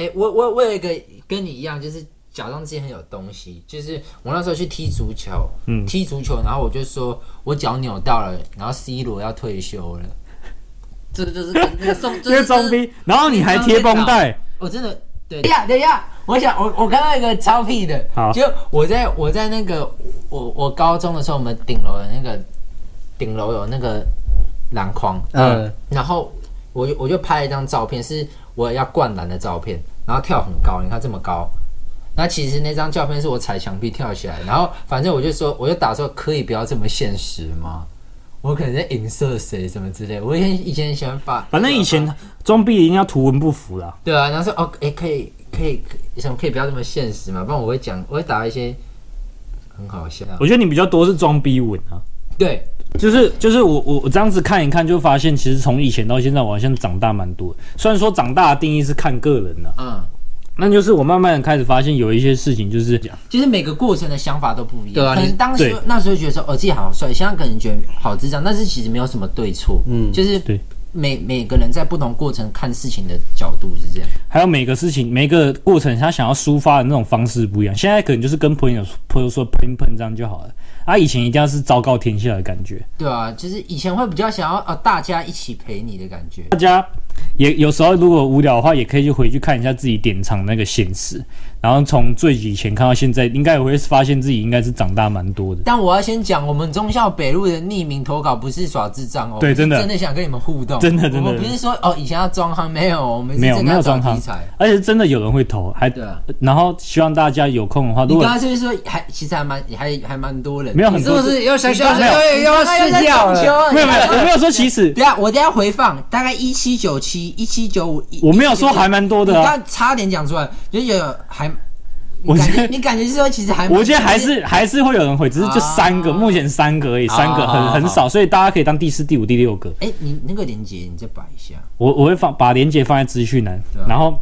S2: 哎、我我我有一个跟你一样，就是假装自己很有东西。就是我那时候去踢足球，
S3: 嗯
S2: 踢足球，然后我就说我脚扭到了，然后 C 罗要退休了。
S4: 这个就是跟那个送，
S3: 因为装
S4: 逼。
S3: 逼，然后你还贴绷带，
S2: 我真的对，等一下等一下，我想我我刚刚有一个超屁的，
S3: 好
S2: 就我在我在那个我我高中的时候，我们顶楼有那个顶楼有那个篮筐，
S4: 嗯，
S2: 然后我就我就拍了一张照片，是我要灌篮的照片，然后跳很高，你看这么高。那其实那张照片是我踩墙壁跳起来，然后反正我就说，我就打说可以不要这么现实吗？我可能在影射谁什么之类。我以前以前很喜欢发，
S3: 反正以
S2: 啊
S3: 前装逼一定要图文不符啦。
S2: 对啊，然后说哦，哎、可以可以可以什么可以不要这么现实嘛，不然我会讲我会打一些很好笑。
S3: 我觉得你比较多是装逼文啊。
S2: 对，
S3: 就是就是我我我这样子看一看，就发现其实从以前到现在，我好像长大蛮多的。虽然说长大的定义是看个人了、
S2: 嗯，
S3: 那就是我慢慢的开始发现有一些事情就是这样，
S2: 其实每个过程的想法都不一样。
S4: 对啊
S2: 可
S4: 你
S2: 能当时
S3: 对
S2: 那时候觉得说，哦，自己好帅，现在可能觉得好智障，但是其实没有什么对错。嗯，就是
S3: 对
S2: 每每个人在不同过程看事情的角度是这样。
S3: 还有每个事情每个过程他想要抒发的那种方式不一样。现在可能就是跟朋友朋友说喷一喷这样就好了，啊，以前一定要是昭告天下的感觉。
S2: 对啊，就是以前会比较想要啊、大家一起陪你的感觉。
S3: 大家也有时候如果无聊的话，也可以去回去看一下自己典藏那个现实，然后从最以前看到现在，应该也会发现自己应该是长大蛮多的。
S2: 但我要先讲，我们中校北路的匿名投稿不是耍智障哦，
S3: 对
S2: 我们是
S3: 真的
S2: 真的想跟你们互动，
S3: 真的真的
S2: 我们不是说哦以前要装憨，没有，我们是
S3: 没有
S2: 真的
S3: 没有
S2: 要找
S3: 装憨
S2: 题材，
S3: 而且真的有人会投，还
S2: 对啊。
S3: 然后希望大家有空的话，如
S2: 你
S3: 果
S2: 刚刚是不是说还其实还蛮还还蛮多人？
S3: 没有
S4: 你
S3: 很
S4: 是
S3: 多
S4: 不是要想想
S3: 没有
S4: 要要要睡觉了？
S2: 了
S3: 没有没有，我没有说其实，
S2: 等一下，我等一下回放，大概一七九七、一七九五，
S3: 我没有说还蛮多
S2: 你
S3: 的啊。
S2: 刚差点讲出来，就是有还，
S3: 我
S2: 你感
S3: 觉
S2: 觉
S3: 得
S2: 你感觉是说其实还蛮，
S3: 我觉得还是还是会有人回，只是就三个，
S2: 啊
S3: 目前三个而已，
S2: 好
S3: 三个
S2: 好好
S3: 很很少，所以大家可以当第四、第五、第六个。
S2: 哎，你那个连接你再摆一下，
S3: 我我会放把链接放在资讯栏
S2: 对啊，
S3: 然后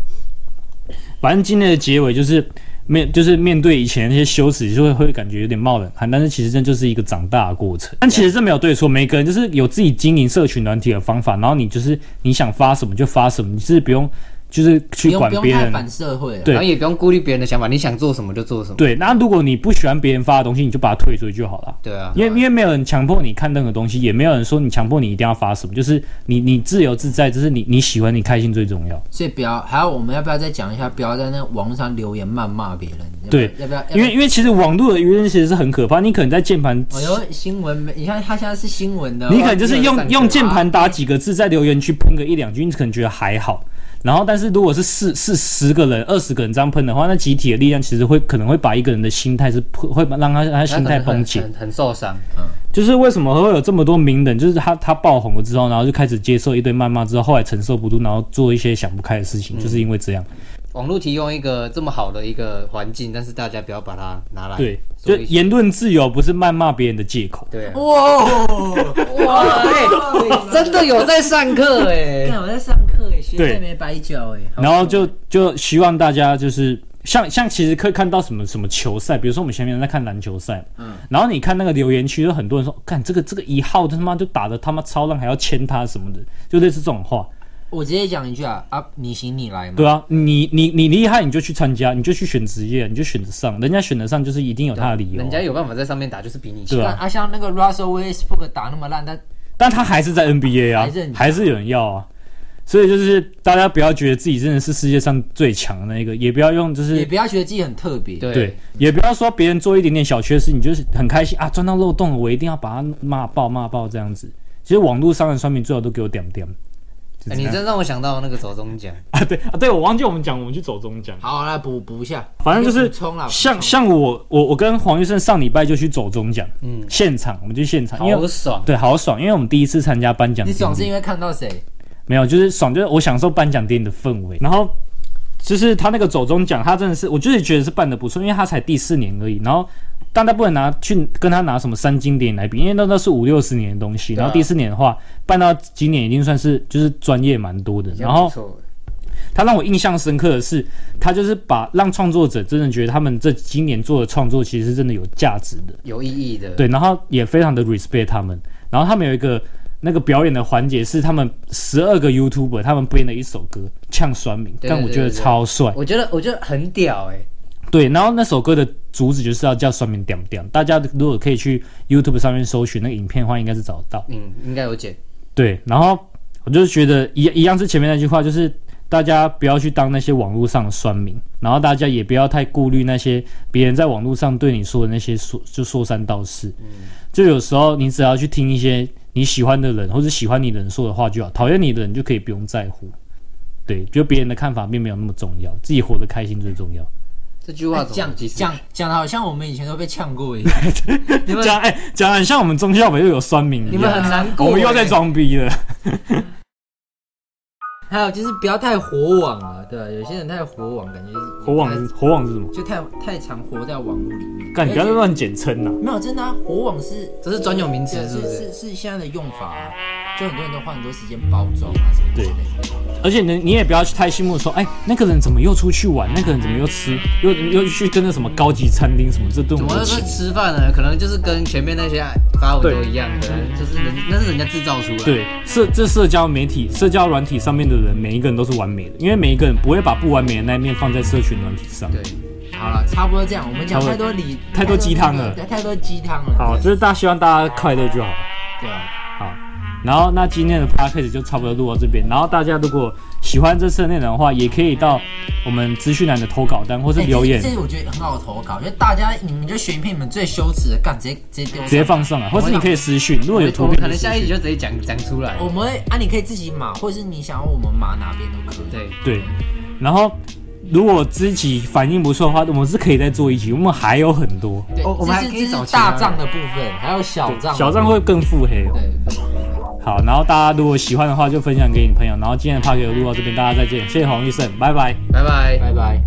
S3: 反正今天的结尾就是面就是面对以前那些羞耻，就会会感觉有点冒冷汗，但是其实这就是一个长大的过程。但其实这没有对错，每个人就是有自己经营社群软体的方法，然后你就是你想发什么就发什么，你是不用就是
S2: 不
S3: 去
S2: 用
S3: 管
S2: 不用
S3: 别
S2: 太
S3: 人。
S2: 反社会啊。
S3: 对
S4: 然后也不用顾虑别人的想法，你想做什么就做什么。
S3: 对，那如果你不喜欢别人发的东西，你就把它退出去就好了。
S4: 对啊，
S3: 因为因为没有人强迫你看任何东西，也没有人说你强迫你一定要发什么，就是你你自由自在，就是你你喜欢你开心最重要。
S2: 所以不要，还有我们要不要再讲一下，不要在那网络上留言谩骂别人？要不要
S3: 对
S2: 要不要？要不要
S3: 因为因为其实网络的舆论其实是很可怕，你可能在键盘，
S2: 我哦有哎啊新闻没，你看他现在是新闻的，哦
S3: 你可能就是
S4: 哇这个很
S3: 用
S4: 散客
S3: 用键盘打几个字，在留言区喷个一两句，你可能觉得还好。然后，但是如果是四四十个人、二十个人这样喷的话，那集体的力量其实会可能会把一个人的心态是会会让他他
S4: 那
S3: 心态
S4: 可能很
S3: 崩解。
S4: 很很受伤。
S3: 就是为什么会有这么多名人，就是他他爆红了之后，然后就开始接受一堆谩骂，之后后来承受不住，然后做一些想不开的事情，
S2: 嗯
S3: 就是因为这样。
S4: 网络提供一个这么好的一个环境，但是大家不要把它拿来
S3: 对，
S4: 做
S3: 就
S4: 一些
S3: 言论自由不是谩骂别人的借口。
S4: 对啊。
S2: 哇！
S4: 哇，哎，真的有在上课哎。
S2: 看我在上课哎，学
S3: 对
S2: 费没白交哎，好
S3: 然后就就希望大家就是像像其实可以看到什么什么球赛，比如说我们前面在看篮球赛，嗯，然后你看那个留言区，有很多人说，看这个这个一号他妈就打的他妈超烂，还要签他什么的，就类似这种话。
S2: 我直接讲一句啊啊，你行你来嘛。
S3: 对啊，你你你厉害你就去参加，你就去选职业，你就选得上，人家选得上就是一定有他的理由啊、
S4: 人家有办法在上面打，就是比你强
S3: 对。
S2: 但
S3: 啊，
S2: 啊，像那个 Russell Westbrook 打那么烂，但
S3: 但他还是在 NBA 啊
S2: 还是很，强
S3: 还是有人要啊。所以就是大家不要觉得自己真的是世界上最强的那个，也不要用就是
S2: 也不要觉得自己很特别。
S4: 对
S3: 对，也不要说别人做一点点小缺失，你就是很开心啊，钻到漏洞了，我一定要把他骂爆骂爆这样子。其实网络上的酸民最好都给我点点。就这
S4: 哎，你
S3: 样
S4: 真让我想到那个走中奖，
S3: 啊，对啊，对，我忘记我们讲，我们去走中奖。
S2: 好，来补补一下，
S3: 反正就是
S2: 补充啦，补充
S3: 像像我我我跟黄玉胜上礼拜就去走中奖，嗯，现场我们去现场，因
S4: 好
S3: 为
S4: 爽。
S3: 对好爽，因为我们第一次参加颁奖
S2: 你
S3: 典礼，
S2: 爽是因为看到谁？
S3: 没有，就是爽，就是我享受颁奖典礼的氛围。然后就是他那个走中奖，他真的是，我就是觉得是办的不错，因为他才第四年而已。然后大家不能拿去跟他拿什么三经典来比，因为那都是五六十年的东西。
S4: 对啊
S3: 然后第四年的话，办到今年已经算是就是专业蛮多的。然后
S4: 不错
S3: 他让我印象深刻的是，他就是把让创作者真的觉得他们这今年做的创作其实是真的有价值的。
S4: 有意义的，
S3: 对，然后也非常的 respect 他们。然后他们有一个那个表演的环节是他们十二个 YouTuber 他们编了一首歌呛酸民，
S4: 对对
S3: 但我
S4: 对
S3: 觉得
S4: 对
S3: 超帅。
S4: 我觉得我觉得很屌哎。
S3: 对，然后那首歌的主旨就是要叫酸民点点，大家如果可以去 YouTube 上面搜寻那个影片的话，应该是找得到。
S4: 嗯，应该有解。
S3: 对，然后我就觉得一一样是前面那句话，就是大家不要去当那些网络上的酸民，然后大家也不要太顾虑那些别人在网络上对你说的那些说就说三道四。就有时候你只要去听一些你喜欢的人或者喜欢你的人说的话就好，讨厌你的人就可以不用在乎。对，就别人的看法并没有那么重要，自己活得开心最重要。
S4: 这句话
S2: 哎讲
S4: 几
S2: 讲讲的好像我们以前都被呛过一样。
S4: 你们
S3: 讲哎，讲、得很像我们中校北又有酸民一
S4: 嗯你们很
S3: 样，
S4: 难过欸，
S3: 我们又
S2: 哎
S3: 在装逼了。
S2: 还有就是不要太火网了，对吧？有些人太火网，感觉就是
S3: 火网是火网是什么？
S2: 就太太常活在网络里面。
S3: 干，你不要
S2: 而且
S3: 乱简称呐、
S2: 没有真的啊，火网是
S4: 这是专有名词
S2: 是
S4: 是不是？
S2: 是是现在的用法啊，就很多人都花很多时间包装啊什么之类的。
S3: 而且你你也不要去太羡慕说，哎，那个人怎么又出去玩，那个人怎么又吃，又又去跟那什么高级餐厅什么，这对我
S4: 怎么
S3: 们
S4: 要
S3: 不
S4: 去
S3: 行。
S4: 吃饭呢？可能就是跟前面那些发文都
S3: 对
S4: 一样的，就是人那是人家制造出来的。
S3: 对，社这社交媒体、社交软体上面的人，每一个人都是完美的，因为每一个人不会把不完美的那一面放在社群软体上。
S4: 对，
S2: 好了，差不多这样，我们讲
S3: 差
S2: 太
S3: 不多
S2: 多理
S3: 太多鸡汤了
S2: 太多太多鸡汤了。
S3: 好，
S2: 对
S3: 就是大家希望大家快乐就好。
S2: 对啊吧？
S3: 好，然后那今天的 p a c k a g e 就差不多录到这边。然后大家如果喜欢这次的内容的话，也可以到我们资讯栏的投稿单或是
S2: 哎
S3: 留言
S2: 这，这我觉得很好投稿，因为大家你们就选一篇你们最羞耻的，干直接直接丢上
S3: 直接。放上来，或是你可以私讯，如果有
S4: 我
S3: 图
S4: 们
S3: 片哦就
S4: 可能
S3: 私
S4: 下一集
S3: 讯。
S4: 就直接讲讲出来
S2: 我。们会啊，你可以自己码，或者是你想要我们码哪边都可以。
S4: 对，
S3: 对，然后如果自己反应不错的话，我们是可以再做一集，我们还有很多
S2: 对，
S4: 哦我们
S2: 这是
S4: 还可以
S2: 这
S4: 找
S2: 是
S4: 其他
S2: 大
S4: 人
S2: 账的部分，还有小账，
S3: 小账会更腹黑哦。
S2: 对。
S3: 好，然后大家如果喜欢的话，就分享给你朋友。然后今天的 p a r k 录到这边，大家再见，谢谢黄医生，拜拜。
S4: 拜拜。
S2: 拜拜。